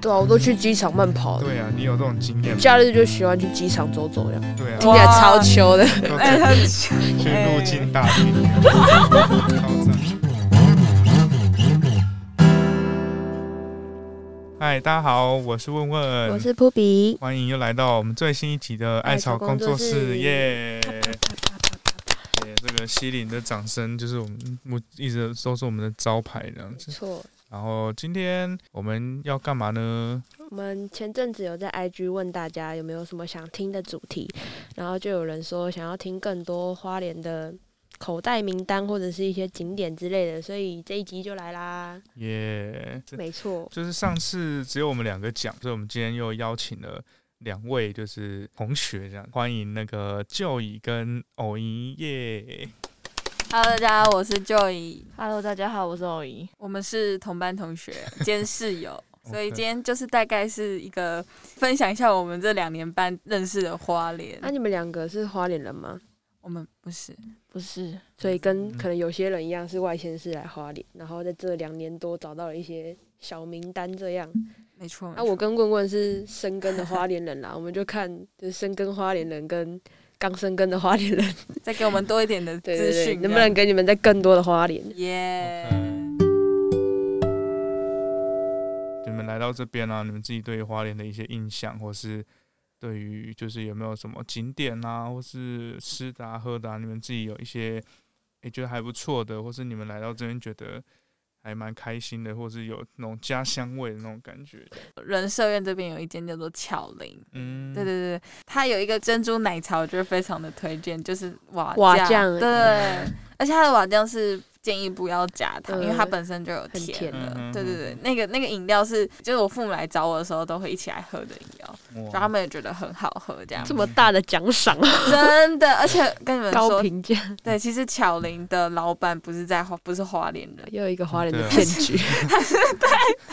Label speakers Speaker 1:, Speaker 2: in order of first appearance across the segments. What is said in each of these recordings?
Speaker 1: 对啊，我都去机场慢跑的，
Speaker 2: 对啊，你有这种经验吗？
Speaker 1: 假日就喜欢去机场走走呀，
Speaker 2: 对啊，
Speaker 1: 听起来超秋的。
Speaker 2: 都
Speaker 3: 哎，
Speaker 2: 在
Speaker 3: 他
Speaker 2: 去入境大厅，超赞。嗨，大家好，我是问问，
Speaker 1: 我是扑比，
Speaker 2: 欢迎又来到我们最新一集的艾草工作
Speaker 1: 艾草工作
Speaker 2: 室，
Speaker 1: 室
Speaker 2: 耶！耶这个西林的掌声就是我们目一直都是我们的招牌这样子。
Speaker 1: 没错。
Speaker 2: 然后今天我们要干嘛呢？
Speaker 1: 我们前阵子有在 IG 问大家有没有什么想听的主题，然后就有人说想要听更多花莲的口袋名单或者是一些景点之类的，所以这一集就来啦。
Speaker 2: 耶、这
Speaker 1: 没错，
Speaker 2: 就是上次只有我们两个讲，所以我们今天又邀请了两位就是同学这样，欢迎那个就乙跟偶一耶。
Speaker 3: Hello，大家好，我是 Joy，
Speaker 4: Hello，大家好，我是偶怡。
Speaker 3: 我们是同班 同学兼室友，所以
Speaker 2: OK
Speaker 3: 今天就是大概是一个分享一下我们这两年班认识的花莲
Speaker 1: 啊那、。你们两个是花莲人吗？
Speaker 3: 我们不是，
Speaker 4: 不是，
Speaker 1: 所以跟可能有些人一样是外县市来花莲，然后在这两年多找到了一些小名单这样。
Speaker 3: 没错。
Speaker 1: 那、啊我跟棍棍是生根的花莲人啦，我 们就看就是生根花莲人跟刚生根的花莲人，
Speaker 3: 没错再给我们多一点的
Speaker 1: 对
Speaker 3: 资
Speaker 1: 对对，
Speaker 3: 讯，
Speaker 1: 能不能给你们再更多的花莲？
Speaker 3: 耶
Speaker 2: OK 你们来到这边啊，你们自己对于花莲的一些印象，或是对于就是有没有什么景点啊，或是吃的啊、喝的啊，你们自己有一些也觉得还不错的，或是你们来到这边觉得还蛮开心的，或是有那种家乡味的那种感觉。
Speaker 3: 人社院这边有一间叫做巧玲，
Speaker 2: 嗯，
Speaker 3: 对对对，对它有一个珍珠奶茶，我觉得非常的推荐，就是瓦
Speaker 1: 瓦
Speaker 3: 酱，
Speaker 1: 酱
Speaker 3: 对，而且它的瓦酱是建议不要加糖，因为它
Speaker 1: 嗯
Speaker 3: 本身就有
Speaker 1: 很甜
Speaker 3: 的。
Speaker 2: 嗯
Speaker 3: 对对对，那个那个饮料是，就是我父母来找我的时候都会一起来喝的饮料，
Speaker 2: 哇，
Speaker 3: 然后他们也觉得很好 喝，这样
Speaker 1: 这么大的奖赏，
Speaker 3: 真的。而且跟你们
Speaker 1: 高
Speaker 3: 嗯说，
Speaker 1: 评价，
Speaker 3: 对，其实巧玲的老板不是在花，不是花莲人，
Speaker 1: 又一个花莲
Speaker 2: 对
Speaker 1: 的
Speaker 2: 啊
Speaker 1: 骗局，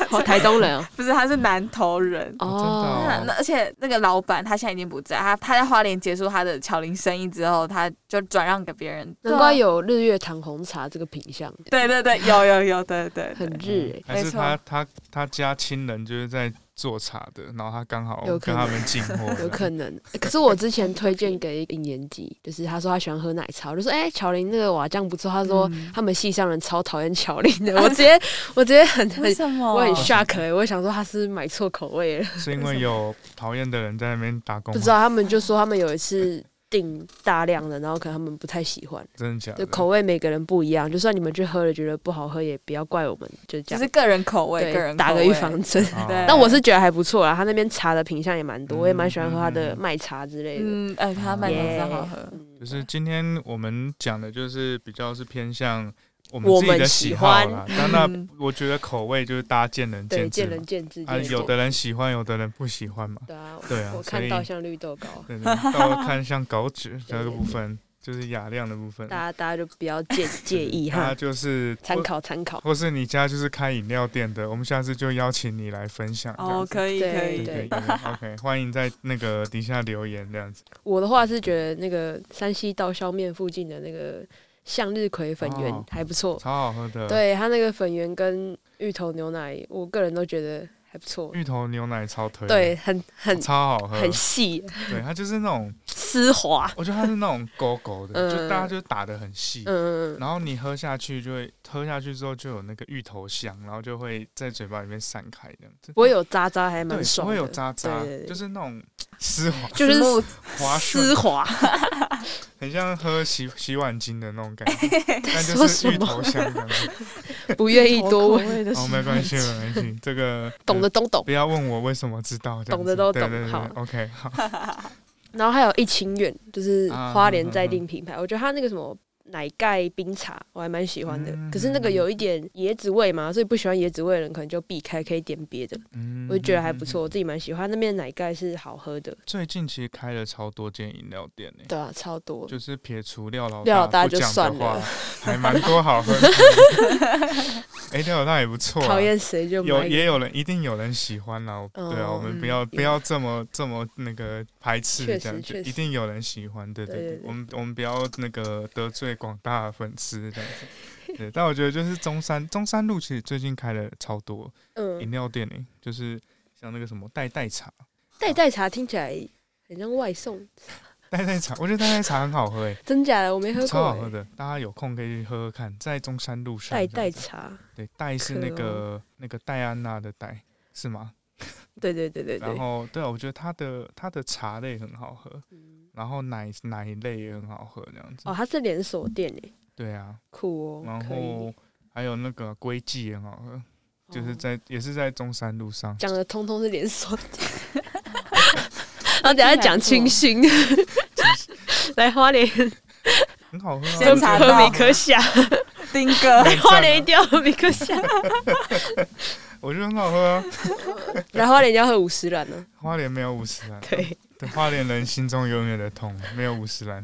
Speaker 1: 哦，台东人哦，
Speaker 3: 不是，他是南投人。
Speaker 2: 哦
Speaker 3: 那那而且那个老板他现在已经不在，他他在花莲结束他的巧玲生意之后，他就转让给别人。
Speaker 1: 难怪有日月潭红茶这个品相，
Speaker 3: 啊 对对对，有有有，对对
Speaker 1: 很
Speaker 3: 对，
Speaker 1: 日欸
Speaker 2: 嗯还
Speaker 3: 没
Speaker 2: 是
Speaker 3: 错
Speaker 2: 他他他家亲人就是在做茶的，然后他刚好
Speaker 1: 有可
Speaker 2: 跟
Speaker 1: 能
Speaker 2: 他们进货，
Speaker 1: 有可能。欸可是我之前推荐给尹延吉，就是他说他喜欢喝奶茶，我就说哎、欸巧玲那个瓦酱不错。他说、
Speaker 3: 嗯
Speaker 1: 他们系上人超讨厌巧玲 的，我直接我直接很
Speaker 3: 为
Speaker 1: 很
Speaker 3: 什么？
Speaker 1: 我很 shock，、欸、我想说他是买错口味了，
Speaker 2: 是因为有讨厌的人在那边打工
Speaker 1: 不
Speaker 2: 吗，
Speaker 1: 知道他们就说他们有一次。订大量的，然后可能他们不太喜欢，
Speaker 2: 真的假
Speaker 1: 就
Speaker 2: 的？
Speaker 1: 口味每个人不一样。就算你们去喝了，觉得不好喝，也不要怪我们，就这
Speaker 3: 只
Speaker 1: 样。
Speaker 3: 是个人口味，个
Speaker 1: 对，
Speaker 3: 人
Speaker 1: 打
Speaker 3: 口
Speaker 1: 个
Speaker 3: 味
Speaker 1: 预防针。
Speaker 2: 啊
Speaker 3: 对
Speaker 1: 但我是觉得还不错啦，他那边茶的品相也蛮多，
Speaker 2: 嗯
Speaker 1: 我也蛮喜欢喝他
Speaker 2: 嗯
Speaker 1: 的
Speaker 2: 嗯
Speaker 1: 麦茶之类的。
Speaker 3: 嗯，哎，他卖东西好喝。
Speaker 1: 嗯
Speaker 2: 就是今天我们讲的，就是比较是偏向
Speaker 1: 我
Speaker 2: 我们自己
Speaker 1: 们
Speaker 2: 的
Speaker 1: 喜
Speaker 2: 喜好
Speaker 1: 欢
Speaker 2: 啦。但那
Speaker 3: 嗯
Speaker 2: 我觉得口味就是大家见仁
Speaker 1: 对，
Speaker 2: 见智
Speaker 1: 见
Speaker 2: 嘛
Speaker 1: 仁见智。
Speaker 2: 啊，
Speaker 1: 见仁
Speaker 2: 有
Speaker 1: 见
Speaker 2: 的人喜欢，有的人不喜欢嘛
Speaker 1: 智。对啊，
Speaker 2: 对啊
Speaker 1: 我
Speaker 2: 所
Speaker 1: 看
Speaker 2: 以
Speaker 1: 到像绿豆糕，
Speaker 2: 对对，到我看像稿纸
Speaker 1: 对
Speaker 2: 那个部分，就是雅量的部分，
Speaker 1: 大家大家就不要介介意
Speaker 2: 它
Speaker 1: 哈，
Speaker 2: 就是
Speaker 1: 参考参考。
Speaker 2: 或是你家就是开饮料店的，我们下次就邀请你来分享。这
Speaker 4: 嗯
Speaker 2: 样
Speaker 3: 哦，
Speaker 2: 子
Speaker 3: 可以
Speaker 1: 对
Speaker 3: 可
Speaker 2: 对
Speaker 3: 以，
Speaker 2: 对对对 ，OK，欢迎在那个底下留言这样子。
Speaker 1: 我的话是觉得那个山西刀削面附近的那个向日葵粉圆
Speaker 2: 哦嗯
Speaker 1: 还不错，
Speaker 2: 超好喝的。，
Speaker 1: 对它那个粉圆跟芋头牛奶，我个人都觉得还不错。
Speaker 2: 芋头牛奶超推。
Speaker 1: 对，，很很
Speaker 2: 超好啊喝。
Speaker 1: 很细
Speaker 2: 对，它就是那种，
Speaker 1: 丝滑，
Speaker 2: 我觉得它是那种勾勾的，
Speaker 1: 嗯
Speaker 2: 就大家就打的很细。
Speaker 1: 嗯，嗯嗯
Speaker 2: 然后你喝下去就会，喝下去之后就有那个芋头香，然后就会在嘴巴里面散开这样子，
Speaker 1: 不会有渣渣，还蛮
Speaker 2: 对，
Speaker 1: 爽
Speaker 2: 不
Speaker 1: 的。
Speaker 2: 会有渣渣
Speaker 1: 对对，对
Speaker 2: 就是那种丝滑
Speaker 1: 就是
Speaker 3: Smooth
Speaker 2: 滑
Speaker 1: 丝
Speaker 2: 顺，
Speaker 1: 滑，
Speaker 2: 很像喝洗洗碗巾的那种感 觉，但就
Speaker 1: 说
Speaker 2: 是
Speaker 1: 什
Speaker 2: 芋
Speaker 1: 么
Speaker 2: 头香 这样子。
Speaker 1: 不愿意多问，
Speaker 4: 问
Speaker 2: 哦，没关系，没关 系，这个
Speaker 1: 懂的都懂。
Speaker 2: 不要问我为什么知道，这样子
Speaker 1: 懂的都懂
Speaker 2: 对对对
Speaker 1: 好
Speaker 2: ，OK，好，
Speaker 1: 然后还有一清远，就是
Speaker 2: 啊嗯
Speaker 1: 花莲在定品牌，我觉得它那个什么奶盖冰茶，我还蛮喜欢的。
Speaker 2: 嗯
Speaker 1: 可是那个有一点椰子味嘛，所以不喜欢椰子味的人可能就避开，可以点别的，
Speaker 2: 嗯
Speaker 1: 我就觉得还不错，。我自己蛮喜欢。那边的奶盖是好喝的，
Speaker 2: 最近其实开了超多间饮料店呢，
Speaker 1: 对啊，超多。
Speaker 2: 就是撇除廖老
Speaker 1: 廖老大
Speaker 2: 不
Speaker 1: 就
Speaker 2: 讲的
Speaker 1: 算了
Speaker 2: 话，还蛮多好喝。 哎，廖老大也不错啊，
Speaker 1: 讨厌谁就
Speaker 2: 有
Speaker 1: 买。
Speaker 2: 也有人一定有人喜欢啦，
Speaker 1: 嗯
Speaker 2: 对啊，我们不要不要这么这么那个排斥
Speaker 1: 确实
Speaker 2: 这样子，
Speaker 1: 确实
Speaker 2: 一定有人喜欢，对
Speaker 1: 对
Speaker 2: 对
Speaker 1: 对
Speaker 2: 对，
Speaker 1: 对
Speaker 2: 我们我们不要那个得罪广大的粉丝这样子。对，但我觉得就是中山中山路其实最近开了超多，
Speaker 1: 嗯
Speaker 2: 欸饮，料店呢、就是像那个什么代代茶，
Speaker 1: 代代茶听起来很像外送，
Speaker 2: 代代茶，我觉得代代茶很好喝诶、
Speaker 1: 真假的我没喝
Speaker 2: 超
Speaker 1: 过
Speaker 2: 好、喝
Speaker 1: 欸。
Speaker 2: 的，大家有空可以去喝喝看，在中山路上。
Speaker 1: 代代茶，
Speaker 2: 对，戴是
Speaker 1: 可
Speaker 2: 那
Speaker 1: 哦
Speaker 2: 个那个戴安娜的戴是吗？
Speaker 1: 对对对对
Speaker 2: 然
Speaker 1: 对。
Speaker 2: 后对啊，我觉得它的它的茶类很好喝，
Speaker 1: 嗯
Speaker 2: 然后奶奶类也很好喝，这样子。
Speaker 1: 哦，它是连锁店诶，
Speaker 2: 对啊，
Speaker 1: 酷哦，
Speaker 2: 然
Speaker 1: 可以
Speaker 2: 后。还有那个龟记也很好喝，就是
Speaker 1: 哦
Speaker 2: 在也是在中山路上。
Speaker 1: 讲的通通是连锁店， 然后等下讲清新，来花莲
Speaker 2: 很好喝啊！
Speaker 3: 先查
Speaker 1: 喝
Speaker 3: 到
Speaker 1: 米 可夏，
Speaker 3: 丁哥，
Speaker 1: 来花莲一定要喝米可 夏，
Speaker 2: 我觉得很好喝啊。
Speaker 1: 来花莲一定要喝五十兰呢。
Speaker 2: 花莲没有五十兰，
Speaker 1: 对，
Speaker 2: 对，花莲人心中永远的痛，没有五十兰，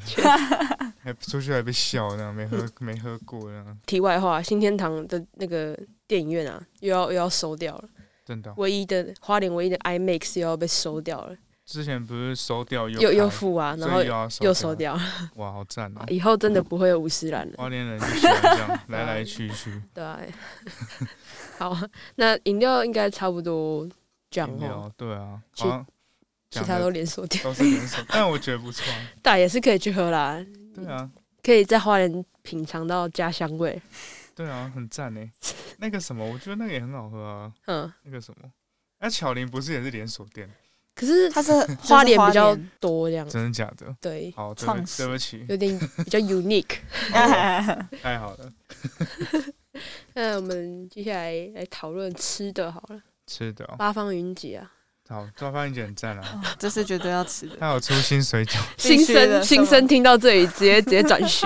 Speaker 2: 还出去还被笑，这样没喝没喝过，这样
Speaker 1: 题外话，新天堂的那个电影院啊，又要又要收掉了，
Speaker 2: 真的哦。
Speaker 1: 唯一的花莲唯一的 IMAX 又要被收掉了，
Speaker 2: 之前不是收掉又
Speaker 1: 又又
Speaker 2: 开
Speaker 1: 付啊，然
Speaker 2: 所
Speaker 1: 后
Speaker 2: 以要
Speaker 1: 又收，掉哎了，
Speaker 2: 哇，好赞哦！
Speaker 1: 以后真的不会有五十兰了，
Speaker 2: 花莲人就喜欢这样来来去去，
Speaker 1: 对啊。 好，啊那饮料应该差不多这样
Speaker 2: 饮
Speaker 1: 哦，
Speaker 2: 料对啊，
Speaker 1: 其
Speaker 2: 好像
Speaker 1: 其
Speaker 2: 讲
Speaker 1: 他
Speaker 2: 的
Speaker 1: 都连锁店，
Speaker 2: 都是连锁，但我觉得不错啊，
Speaker 1: 但也是可以去喝啦，
Speaker 2: 对啊，
Speaker 1: 可以在花莲品尝到家乡味。
Speaker 2: 对啊，很赞呢。那个什么，我觉得那个也很好喝啊，
Speaker 1: 嗯，
Speaker 2: 那个什么，哎，巧玲不是也是连锁店，
Speaker 1: 可是
Speaker 3: 他是
Speaker 1: 花莲比较
Speaker 3: 就是
Speaker 1: 多这样，
Speaker 2: 真的假的？
Speaker 1: 对，
Speaker 2: 好，对不
Speaker 3: 创始
Speaker 2: 对不起，
Speaker 1: 有点比较 unique。
Speaker 3: 花莲
Speaker 2: 太好了，
Speaker 1: 那我们接下来来讨论吃的好了，
Speaker 2: 吃的哦，
Speaker 1: 八方云集啊，
Speaker 2: 好，抓饭姐很赞啊，
Speaker 3: 这是绝对要吃的。
Speaker 2: 他有出新水饺，
Speaker 1: 新
Speaker 3: 必须的
Speaker 1: 生新
Speaker 3: 是
Speaker 1: 生
Speaker 3: 吗
Speaker 1: 听到这里直接直接转学，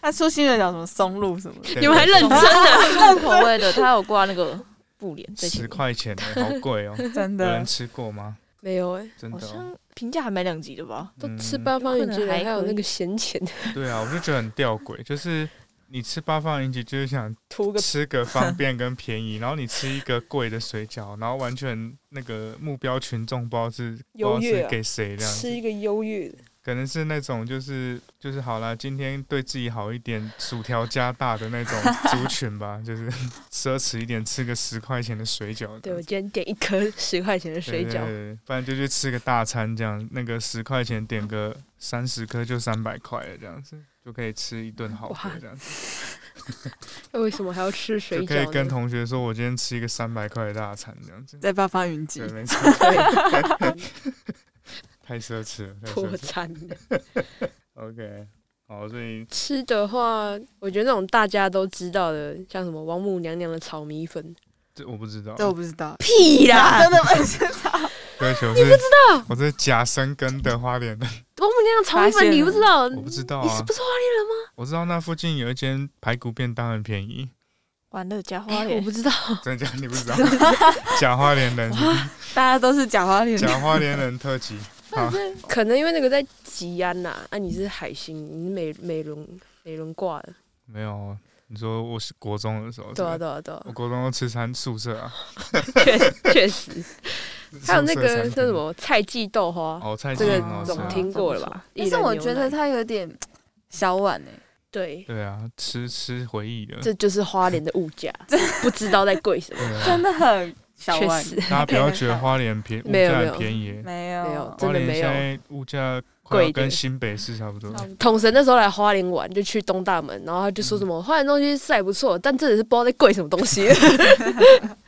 Speaker 3: 他出新的讲什么松露什么的，
Speaker 1: 你们还认真啊？
Speaker 4: 重口味的，它有挂那个布帘在前
Speaker 2: 十
Speaker 4: 面，
Speaker 2: 块钱呢，好贵 哦，
Speaker 3: 真
Speaker 1: 啊
Speaker 2: 有人
Speaker 3: 的
Speaker 2: 吃过吗？
Speaker 1: 没有哎、
Speaker 2: 真
Speaker 4: 好
Speaker 2: 的哦，
Speaker 4: 像评价还蛮两极的吧？
Speaker 1: 都
Speaker 2: 嗯
Speaker 1: 吃八方云集了，
Speaker 4: 可能还可以
Speaker 1: 还有那个闲 钱
Speaker 2: 对啊，我就觉得很吊诡，就是你吃八方云集，就是想
Speaker 1: 图个
Speaker 2: 吃个方便跟便宜，然后你吃一个贵的水饺，然后完全那个目标群众不知道是不知
Speaker 1: 优
Speaker 2: 道
Speaker 1: 越啊
Speaker 2: 是给谁这样
Speaker 1: 吃
Speaker 2: 子，
Speaker 1: 一个优越的，
Speaker 2: 可能是那种就是就是好啦，今天对自己好一点，薯条加大的 那种族群吧，就是 奢侈一点，吃个十块钱的水饺这
Speaker 1: 对
Speaker 2: 样
Speaker 1: 我
Speaker 2: 子。
Speaker 1: 今天点一颗十块钱的水
Speaker 2: 对对
Speaker 1: 饺，
Speaker 2: 对不然就去吃个大餐，这样那个十块钱点个三十颗就三百块了，这样子就可以吃一顿好
Speaker 1: 哇
Speaker 2: 的这样子。
Speaker 1: 那为什么还要吃水
Speaker 2: 就可以
Speaker 1: 饺
Speaker 2: 跟
Speaker 1: 呢？
Speaker 2: 同学说，我今天吃一个三百块的大餐这样子。
Speaker 3: 在八方云集
Speaker 2: 对，，没错， 太奢侈了，太
Speaker 1: 破
Speaker 2: 奢侈。
Speaker 1: 产了。
Speaker 2: OK，好，所以
Speaker 1: 吃的话，我觉得那种大家都知道的，像什么王母娘娘的炒米粉，
Speaker 2: 这我不知道，
Speaker 3: 这我不知道，
Speaker 1: 屁啦！
Speaker 3: 真的不知道。
Speaker 2: 对不起，我是不知道，我是假生根的花莲人，
Speaker 1: 王母娘娘炒米
Speaker 3: 发现
Speaker 1: 粉
Speaker 3: 了
Speaker 1: 你不知道？
Speaker 2: 我不知道
Speaker 1: 嗯你是
Speaker 2: 啊
Speaker 1: 不，是花莲人吗？
Speaker 2: 我知道那附近有一间排骨便当很便宜，
Speaker 4: 完了，加花
Speaker 1: 哎我
Speaker 4: 莲
Speaker 1: 不知道，
Speaker 2: 真的假的你不知道？ 假花莲人，
Speaker 3: 大家都是假花脸，
Speaker 2: 假花莲人特辑，好，
Speaker 1: 可能因为那个在吉安呐、啊，你是海星，你是美美容美容挂的，
Speaker 2: 没有，哦你说我是国中的时候，
Speaker 1: 对啊
Speaker 2: 是吧
Speaker 1: 对啊对啊
Speaker 2: 我，国中都吃餐宿舍啊，
Speaker 1: 确实确实，还有那
Speaker 2: 宿舍
Speaker 1: 个
Speaker 2: 餐
Speaker 1: 那
Speaker 2: 厅
Speaker 1: 什，么菜记豆花，
Speaker 2: 哦，蔡
Speaker 1: 这
Speaker 2: 记
Speaker 1: 个
Speaker 2: 很好吃
Speaker 1: 总
Speaker 2: 啊
Speaker 1: 听过了吧？
Speaker 3: 但是
Speaker 1: 薏仁
Speaker 3: 我
Speaker 1: 牛
Speaker 3: 觉得
Speaker 1: 奶
Speaker 3: 它有点小碗哎、
Speaker 1: 对，
Speaker 2: 对啊，吃吃回忆的，
Speaker 1: 这就是花莲的物价，不知道在贵 什么，
Speaker 2: 对啊
Speaker 3: 真的很小
Speaker 1: 确
Speaker 3: 碗，
Speaker 1: 实。
Speaker 2: 大家不要觉得花莲便物
Speaker 1: 没有
Speaker 2: 价
Speaker 1: 没
Speaker 2: 很
Speaker 1: 有
Speaker 2: 便宜耶，
Speaker 3: 没有
Speaker 1: 没有真
Speaker 2: 花
Speaker 1: 的
Speaker 2: 莲
Speaker 1: 没有
Speaker 2: 现在物价快要
Speaker 1: 贵一点
Speaker 2: 跟新北市差不多。
Speaker 1: 统神那时候来花莲玩，就去东大门，然后他就说什么
Speaker 2: 嗯
Speaker 1: 花莲东西是还不错，但这里是不知道在贵什么东 西。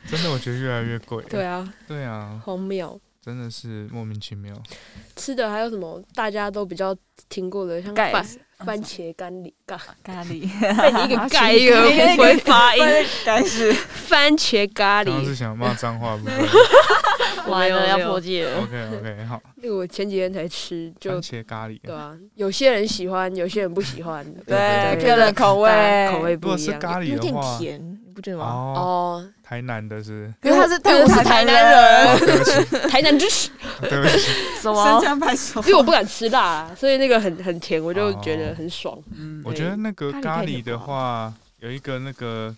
Speaker 2: 真的，我觉得越来越贵。
Speaker 1: 对啊，
Speaker 2: 对啊，
Speaker 1: 荒谬。
Speaker 2: 真的是莫名其妙。
Speaker 1: 吃的还有什么大家都比较听过的，像
Speaker 3: 盖
Speaker 1: 番
Speaker 3: 子
Speaker 1: 番茄干里干，
Speaker 3: 咖喱，
Speaker 1: 被你一 个盖一
Speaker 3: 一个
Speaker 1: 个
Speaker 3: 一
Speaker 1: 不
Speaker 3: 个
Speaker 1: 会发音，
Speaker 3: 但是
Speaker 1: 番茄咖
Speaker 2: 刚刚是
Speaker 1: 喱。
Speaker 2: 想骂脏话，不 对。
Speaker 4: 完了要
Speaker 1: 没有
Speaker 4: 破戒了，
Speaker 2: OK OK，好。
Speaker 1: 那个我前几天才吃，就
Speaker 2: 番茄咖喱。
Speaker 1: 对啊，有些人喜欢，有些人不喜欢，
Speaker 2: 对
Speaker 3: 对个人
Speaker 1: 大
Speaker 3: 口味
Speaker 1: 家口味
Speaker 2: 如果
Speaker 1: 不一
Speaker 2: 是
Speaker 1: 样。
Speaker 2: 咖喱
Speaker 4: 有
Speaker 2: 的
Speaker 4: 点
Speaker 2: 话，
Speaker 4: 甜，你不觉得吗？
Speaker 2: 哦，
Speaker 1: 哦，
Speaker 2: 台南 的是。
Speaker 3: 可是他是对
Speaker 1: 我
Speaker 3: 我
Speaker 1: 是
Speaker 3: 是
Speaker 1: 台
Speaker 3: 台
Speaker 1: 南
Speaker 3: 南
Speaker 2: 哦
Speaker 3: 人，
Speaker 2: 对不起，
Speaker 1: 台南之屎，
Speaker 2: 对不起。
Speaker 4: 什
Speaker 3: 生
Speaker 4: 么？
Speaker 3: 姜拍手
Speaker 1: 因为我不敢吃辣啊，所以那个很很甜，我就觉得很爽。
Speaker 3: 嗯
Speaker 2: 我觉得那个咖
Speaker 4: 咖
Speaker 2: 喱
Speaker 4: 喱
Speaker 2: 的话，有一个那个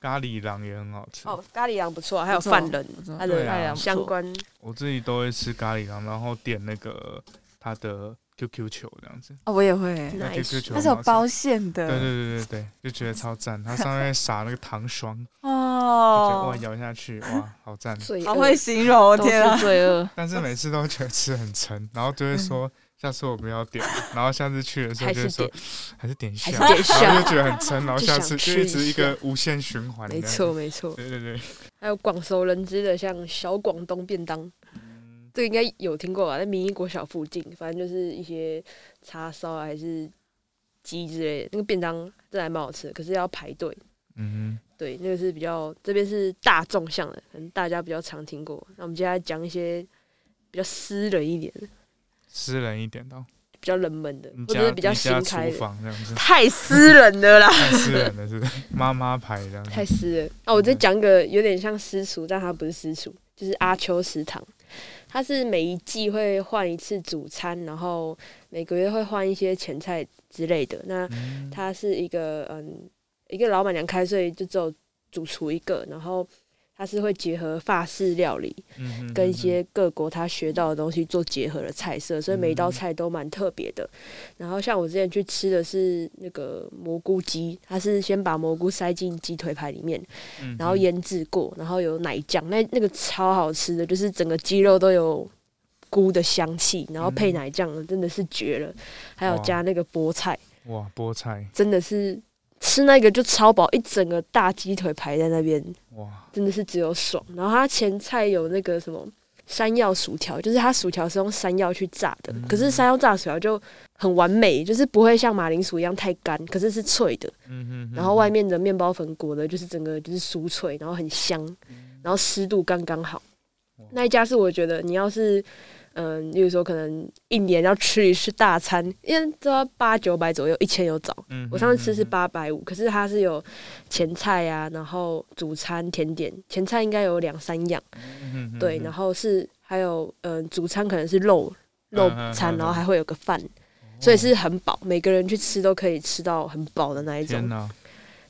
Speaker 2: 咖喱狼也很好吃。
Speaker 1: 哦，咖喱羊不错，还有
Speaker 3: 不错
Speaker 1: 饭人
Speaker 3: 不，错
Speaker 1: 它
Speaker 2: 对啊
Speaker 1: 的
Speaker 4: 太阳不错
Speaker 1: 相关
Speaker 2: 我自己都会吃咖喱狼，然后点那个它的 QQ 球这样子。
Speaker 3: 哦，我也会，
Speaker 2: 那
Speaker 1: nice
Speaker 2: QQ 球
Speaker 3: 它
Speaker 2: 很
Speaker 3: 是有
Speaker 2: 好吃
Speaker 3: 包馅
Speaker 2: 对
Speaker 1: 嗯
Speaker 3: 的，
Speaker 2: 对对对对，就觉得超赞。它上面撒那个糖霜，就
Speaker 3: 哦
Speaker 2: 哇，咬下去，哇，好赞！
Speaker 1: 罪恶
Speaker 3: 好会形容，我
Speaker 4: 都
Speaker 3: 天啊
Speaker 4: 是！罪 恶，
Speaker 2: 但是每次都觉得吃很撑，然后就会说下次我不要点了，然后下次去的时候
Speaker 1: 嗯还
Speaker 2: 就是会说
Speaker 1: 点，
Speaker 2: 还是点一下，
Speaker 1: 还是
Speaker 2: 然
Speaker 1: 点下
Speaker 2: 后就，觉得很撑，然后
Speaker 1: 就
Speaker 2: 下
Speaker 1: 想
Speaker 2: 次就
Speaker 1: 吃
Speaker 2: 一
Speaker 1: 一
Speaker 2: 直一
Speaker 1: 下
Speaker 2: 个无限循环。
Speaker 1: 没错，没错。
Speaker 2: 对对对，
Speaker 1: 还有广受人知的像小广东便当，这个应该有听过吧？在民意国小附近，反正就是一些叉烧啊，还是鸡之类的，那个便当真的还蛮好吃的，可是要排队。
Speaker 2: 嗯
Speaker 1: 对，那个是比较这边是大众向的，可能大家比较常听过。那我们接下来讲一些比较私人一点的、
Speaker 2: 哼，私人一点到
Speaker 1: 比较冷门的
Speaker 2: 你，
Speaker 1: 或
Speaker 2: 家
Speaker 1: 者是比较
Speaker 2: 你
Speaker 1: 新
Speaker 2: 家
Speaker 1: 开
Speaker 2: 厨
Speaker 1: 的，
Speaker 2: 房这样 子，
Speaker 1: 太私人了啦，
Speaker 2: 太私人了，是不是？妈妈牌这样 子，
Speaker 1: 太私 人。啊，我再讲一个有点像私厨，但它不是私厨，就是阿秋食堂。它是每一季会换一次主餐，然后每个月会换一些前菜之类的。那
Speaker 2: 嗯
Speaker 1: 它是一个嗯，一个老板娘开，所以就只有主厨一个，然后它是会结合法式料理，
Speaker 2: 嗯哼
Speaker 1: 跟一
Speaker 2: 嗯哼
Speaker 1: 些各国他学到的东西做结合的菜色，所以每一
Speaker 2: 嗯
Speaker 1: 道菜都蛮特别的。然后像我之前去吃的是那个蘑菇鸡，它是先把蘑菇塞进鸡腿排里面，
Speaker 2: 嗯
Speaker 1: 然后
Speaker 2: 哼
Speaker 1: 腌制过，然后有奶酱，那那个超好吃的，就是整个鸡肉都有菇的香气，然后配奶酱真的是绝了，还有
Speaker 2: 嗯哇
Speaker 1: 加那个菠菜，
Speaker 2: 哇菠菜
Speaker 1: 真的是吃那个就超饱，一整个大鸡腿排在那边，
Speaker 2: 哇
Speaker 1: 真的是只有爽。然后它前菜有那个什么山药薯条，就是它薯条是用山药去炸的，
Speaker 2: 嗯
Speaker 1: 可是山药炸薯条就很完美，就是不会像马铃薯一样太干，可是是脆的。
Speaker 2: 嗯哼哼，
Speaker 1: 然后外面的面包粉裹的就是整个就是酥脆，然后很香，然后湿度刚刚好
Speaker 2: 哇。
Speaker 1: 那一家是我觉得你要是嗯，例如说可能一年要吃一次大餐，因为都要八九百左右，一千有找。
Speaker 2: 嗯哼
Speaker 1: 我上次吃是
Speaker 2: 哼
Speaker 1: 八百五，可是它是有前菜啊，然后主餐、甜点，前菜应该有两三样，
Speaker 2: 嗯哼哼
Speaker 1: 对，
Speaker 2: 哼
Speaker 1: 然后是还有嗯、呃主餐可能是肉肉
Speaker 2: 嗯嗯嗯
Speaker 1: 餐，
Speaker 2: 嗯
Speaker 1: 然后还会有个饭，所以是很饱，每个人去吃都可以吃到很饱的那一
Speaker 2: 天
Speaker 1: 种，
Speaker 2: 哪，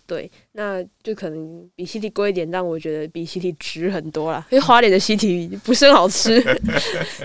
Speaker 1: 对，那就可能比西提贵一点，但我觉得比西提值很多啦，因为花莲的西提不是很好吃，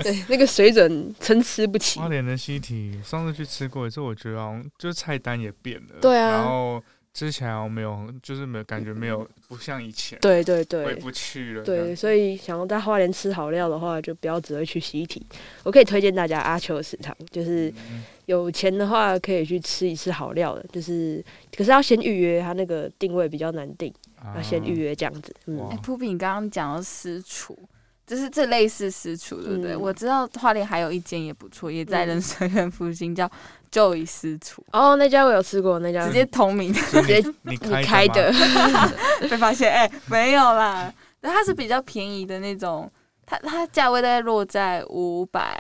Speaker 1: 对，那个水准参差不齐
Speaker 2: 花，莲的西提，我上次去吃过一次，我觉得好像就是菜单也变了，
Speaker 1: 对啊
Speaker 2: 然后吃起来好像没有，就是没有感觉没有不像以前，
Speaker 1: 对对
Speaker 2: 回
Speaker 1: 对，
Speaker 2: 不去了，
Speaker 1: 对，，所以想要在花莲吃好料的话，就不要只会去西体。我可以推荐大家阿秋食堂，就是
Speaker 2: 嗯
Speaker 1: 有钱的话可以去吃一次好料的，就是可是要先预约，它那个定位比较难定，要先预，
Speaker 2: 啊
Speaker 1: 约这样子。
Speaker 2: 哇
Speaker 1: 嗯
Speaker 3: 哎，扑饼刚刚讲到私厨，就是这类似私厨，对不对？
Speaker 1: 嗯
Speaker 3: 我知道花莲还有一间也不错，也在
Speaker 1: 嗯
Speaker 3: 人水院附近，叫 Joy 私厨，
Speaker 1: 哦，那家我有吃过，那家
Speaker 3: 直接同名的
Speaker 2: 所以
Speaker 1: 直
Speaker 2: 你
Speaker 1: 你
Speaker 2: 你
Speaker 1: 开
Speaker 2: 的
Speaker 1: 的
Speaker 2: 吗，
Speaker 3: 被发现，哎，没有啦，但它是比较便宜的那种，它它价位大概落在五百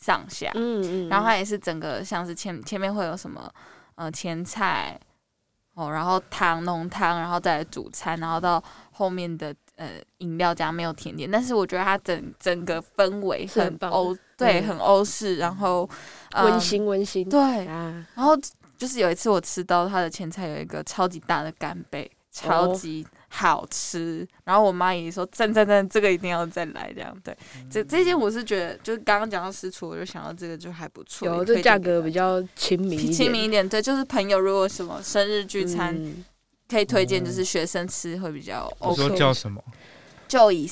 Speaker 3: 上下，
Speaker 1: 嗯嗯，
Speaker 3: 然后它也是整个像是前前面会有什么呃前菜哦，然后汤浓汤，然后再来主餐，然后到后面的呃饮料加没有甜点，但是我觉得它整整个氛围
Speaker 1: 是很
Speaker 3: 很
Speaker 1: 棒的
Speaker 3: 欧对
Speaker 1: 嗯
Speaker 3: 很欧式，然后、呃
Speaker 1: 温馨温馨
Speaker 3: 对，
Speaker 1: 啊，
Speaker 3: 然后就是有一次我吃到它的前菜有一个超级大的干贝，
Speaker 1: 哦
Speaker 3: 超级好吃。然后我妈也说赞赞赞，这个一定要再来这样。对，
Speaker 1: 嗯
Speaker 3: 这这件我是觉得就是刚刚讲到私厨，我就想到这个就还不错，
Speaker 1: 有
Speaker 3: 也
Speaker 1: 这
Speaker 3: 推荐
Speaker 1: 价
Speaker 3: 给
Speaker 1: 格
Speaker 3: 大
Speaker 1: 比
Speaker 3: 家
Speaker 1: 较亲民一点，
Speaker 3: 亲民一点。对，就是朋友如果什么生日聚餐、
Speaker 1: 嗯
Speaker 3: 可以推荐，就是学生吃会比较
Speaker 2: 我
Speaker 3: OK。
Speaker 2: 说叫什么？
Speaker 3: 就以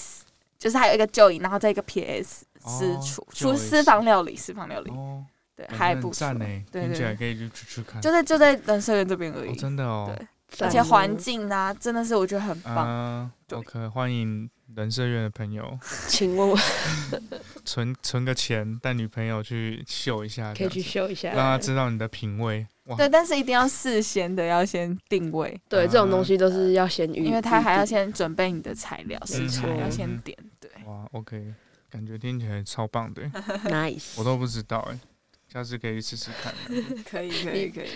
Speaker 3: 就是还有一个就以，然后再一个 PS
Speaker 2: 哦
Speaker 3: 私厨厨
Speaker 2: Joyce
Speaker 3: 私房料理私房料理，
Speaker 2: 哦，
Speaker 3: 对，
Speaker 2: 感觉
Speaker 3: 还
Speaker 2: 很
Speaker 3: 不错
Speaker 2: 赞。欸呢，
Speaker 3: 对
Speaker 2: 听起
Speaker 3: 对
Speaker 2: 来可以去去去看，
Speaker 3: 就在就在人社园这边而
Speaker 2: 哦
Speaker 3: 已，
Speaker 2: 真的哦，
Speaker 3: 对
Speaker 1: 赞
Speaker 3: 而
Speaker 1: 哦
Speaker 3: 且环境啊，真的是我觉得很棒。
Speaker 2: 嗯
Speaker 3: 对
Speaker 2: ，OK，欢迎人社院的朋友，
Speaker 1: 请 问我
Speaker 2: 存存个钱带女朋友去秀一下，
Speaker 1: 可以去秀一
Speaker 2: 让她
Speaker 1: 下？
Speaker 2: 知道你的品味，哇，
Speaker 3: 对，但是一定要事先的，要先定位，
Speaker 1: 对，这种东西都是要先预，
Speaker 3: 因为他还要
Speaker 1: 预定
Speaker 3: 先准备你的材料、食材
Speaker 1: 嗯，
Speaker 3: 要先点。对，
Speaker 2: 哇，OK，感觉听起来超棒的欸，
Speaker 1: nice，
Speaker 2: 我都不知道哎，下次可以试试看。
Speaker 3: 可以， 可以，可以。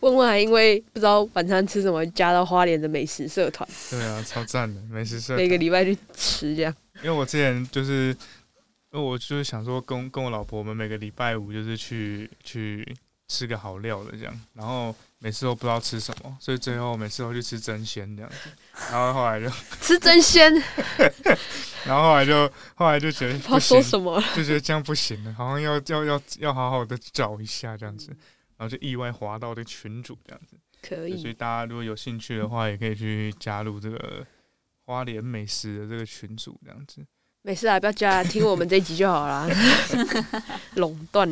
Speaker 1: 问问还因为不知道晚餐吃什么，加到花莲的美食社团，
Speaker 2: 对啊，超赞的美食社团。
Speaker 1: 每个礼拜去吃这样。
Speaker 2: 因为我之前就是，因为我就是想说跟跟我老婆，我们每个礼拜五就是去去吃个好料的这样，然后每次都不知道吃什么，所以最后每次都去吃真鲜这样子。然后后来就，
Speaker 1: 吃真鲜，
Speaker 2: 然后后来就后来就觉得
Speaker 1: 不知道
Speaker 2: 不
Speaker 1: 说
Speaker 2: 行，
Speaker 1: 什么了。
Speaker 2: 就觉得这样不行了，好像要要要要好好的找一下这样子，然后就意外滑到这群主这样子。
Speaker 1: 可
Speaker 2: 对所以
Speaker 1: 以，
Speaker 3: 嗯
Speaker 2: 大家如果有兴趣的话，也可以去加入这个花莲美食的这个群组这样子。
Speaker 1: 没事啊，不要加，听我们这一集就好啦。垄断，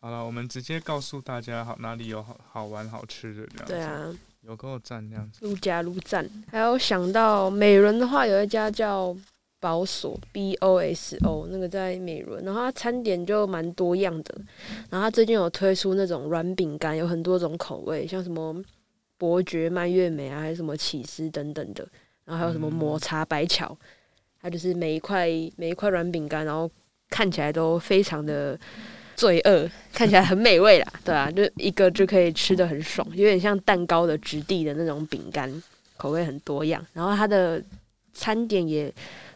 Speaker 2: 好了，我们直接告诉大家好哪里有好好玩好吃的这样子。
Speaker 1: 对，啊，
Speaker 2: 有够赞这样子。
Speaker 1: 陆家陆站。还有想到美伦的话，有一家叫宝索 B O S O，那个在美伦，然后它餐点就蛮多样的。然后它最近有推出那种软饼干，有很多种口味，像什么伯爵蔓越莓啊，还有什么起司等等的。然后还有什么
Speaker 2: 嗯
Speaker 1: 抹茶白巧，它就是每一块每一块软饼干，然后看起来都非常的罪恶，看起来很美味啦，对啊，就一个就可以吃的很爽，有点像蛋糕的质地的那种饼干，口味很多样，然后它的餐点也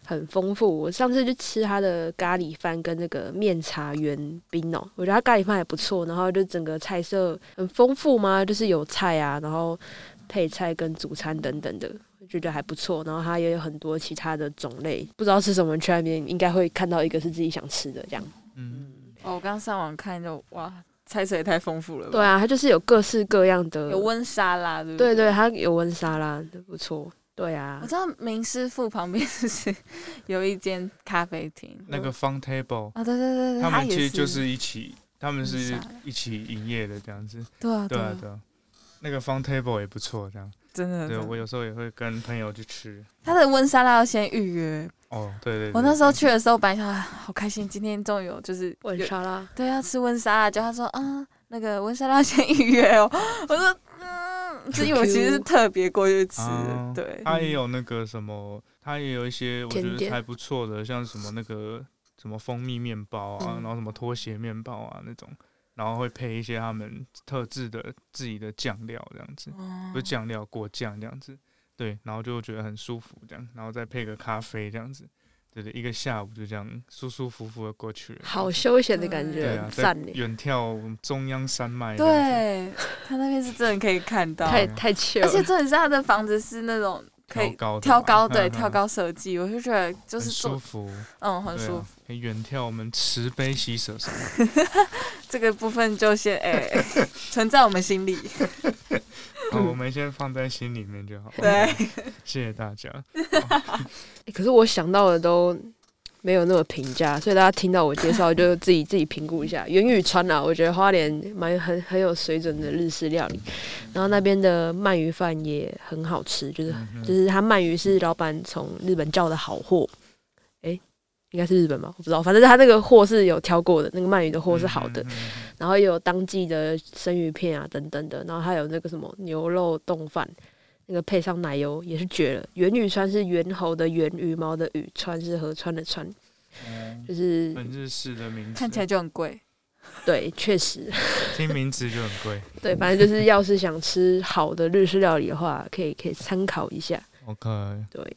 Speaker 1: 很丰富。我上次就吃它的咖喱饭跟那个面茶圆冰哦，我觉得它咖喱饭也不错，然后就整个菜色很丰富嘛，就是有菜啊，然后配菜跟主餐等等的。我觉得还不错，然后它也有很多其他的种类，不知道吃什么，去那边应该会看到一个是自己想吃的这样。
Speaker 2: 嗯，
Speaker 1: 嗯，
Speaker 3: 哦，我刚上网看就哇，菜色也太丰富了吧。
Speaker 1: 对啊，它就是有各式各样的，
Speaker 3: 有温沙拉，对不
Speaker 1: 对
Speaker 3: 对
Speaker 1: 对，它有温沙拉，不错。对啊
Speaker 3: 我，知道明师傅旁边就是 有一间咖啡厅
Speaker 2: 那个 Fun Table，
Speaker 3: 啊，对对对，对
Speaker 2: 他
Speaker 3: 嗯它
Speaker 2: 们
Speaker 3: 也
Speaker 2: 其实就是一起，他们
Speaker 3: 很
Speaker 2: 是
Speaker 3: 傻
Speaker 2: 一起营业的这样子。
Speaker 3: 对啊
Speaker 2: 对
Speaker 3: 对
Speaker 2: 啊
Speaker 3: 啊，
Speaker 2: 对啊，那个 Fun Table 也不错这样。
Speaker 3: 真的
Speaker 2: 对
Speaker 3: 真的
Speaker 2: 我有时候也会跟朋友去吃。
Speaker 3: 他嗯的温沙拉要先预约。
Speaker 2: 哦，对对对
Speaker 3: 我那时候
Speaker 2: 对
Speaker 3: 去的时候，本来想啊好开心，今天终于有就是
Speaker 1: 温
Speaker 3: 有
Speaker 1: 沙拉，
Speaker 3: 对要吃温沙拉，就他说啊那个温沙拉先预约哦，我说嗯，是因为我
Speaker 1: Q Q
Speaker 3: 其实是特别过去吃
Speaker 2: 哦
Speaker 3: 的， 对，
Speaker 2: 它也有那个什么，它也有一些我觉
Speaker 1: 甜
Speaker 2: 得
Speaker 1: 点
Speaker 2: 还不错的，像什么那个什么蜂蜜面包啊，
Speaker 1: 嗯
Speaker 2: 然后什么拖鞋面包啊那种，然后会配一些他们特制的自己的酱料这样子，
Speaker 3: 哦
Speaker 2: 不是酱料果酱这样子，对，然后就觉得很舒服这样，然后再配个咖啡这样子，对对，一个下午就这样舒舒服服的过去了。
Speaker 1: 好休闲的感
Speaker 2: 对
Speaker 1: 觉，
Speaker 2: 啊，
Speaker 1: 很
Speaker 2: 在
Speaker 1: 赞耶，
Speaker 2: 远眺中央山脉这样子，
Speaker 3: 对，他那边是真的可以看到，
Speaker 2: 啊
Speaker 1: 太太 chill
Speaker 3: 而且
Speaker 1: 了。
Speaker 3: 重点是他的房子是那种可以
Speaker 2: 挑高的
Speaker 3: 挑
Speaker 2: 嘛
Speaker 3: 高，
Speaker 2: 嗯
Speaker 3: 对，
Speaker 2: 嗯
Speaker 3: 挑高设计，我就觉得就
Speaker 2: 很
Speaker 3: 是
Speaker 2: 舒
Speaker 3: 做，
Speaker 2: 服，
Speaker 3: 嗯，很
Speaker 2: 对
Speaker 3: 舒
Speaker 2: 啊
Speaker 3: 服。，
Speaker 2: 可以远眺我们慈悲喜舍山。
Speaker 3: 这个部分就先 哎存在我们心里，
Speaker 2: 好，哦我们先放在心里面就好。
Speaker 3: 对，
Speaker 2: 谢谢大家。
Speaker 1: 欸可是我想到的都没有那么平价，所以大家听到我介绍就自己自己评估一 下。元宇川啊，我觉得花莲蛮很很有水准的日式料理，然后那边的鳗鱼饭也很好吃，就是
Speaker 2: 嗯哼
Speaker 1: 就是他鳗鱼是老板从日本叫的好货，诶、应该是日本吧，我不知道，反正他那个货是有挑过的，那个鳗鱼的货是好的，
Speaker 2: 嗯哼嗯
Speaker 1: 然后也有当季的生鱼片啊等等的，然后还有那个什么牛肉冻饭，那个配上奶油也是绝了。元宇川是猿猴的猿，羽毛的羽，川是河川的川，
Speaker 2: 哼嗯
Speaker 1: 就是
Speaker 2: 很日式的名字，
Speaker 3: 看起来就很贵。
Speaker 1: 对，确实
Speaker 2: 听名字就很贵。
Speaker 1: 对，反正就是要是想吃好的日式料理的话，可以可以参考一下。
Speaker 2: OK，
Speaker 1: 对，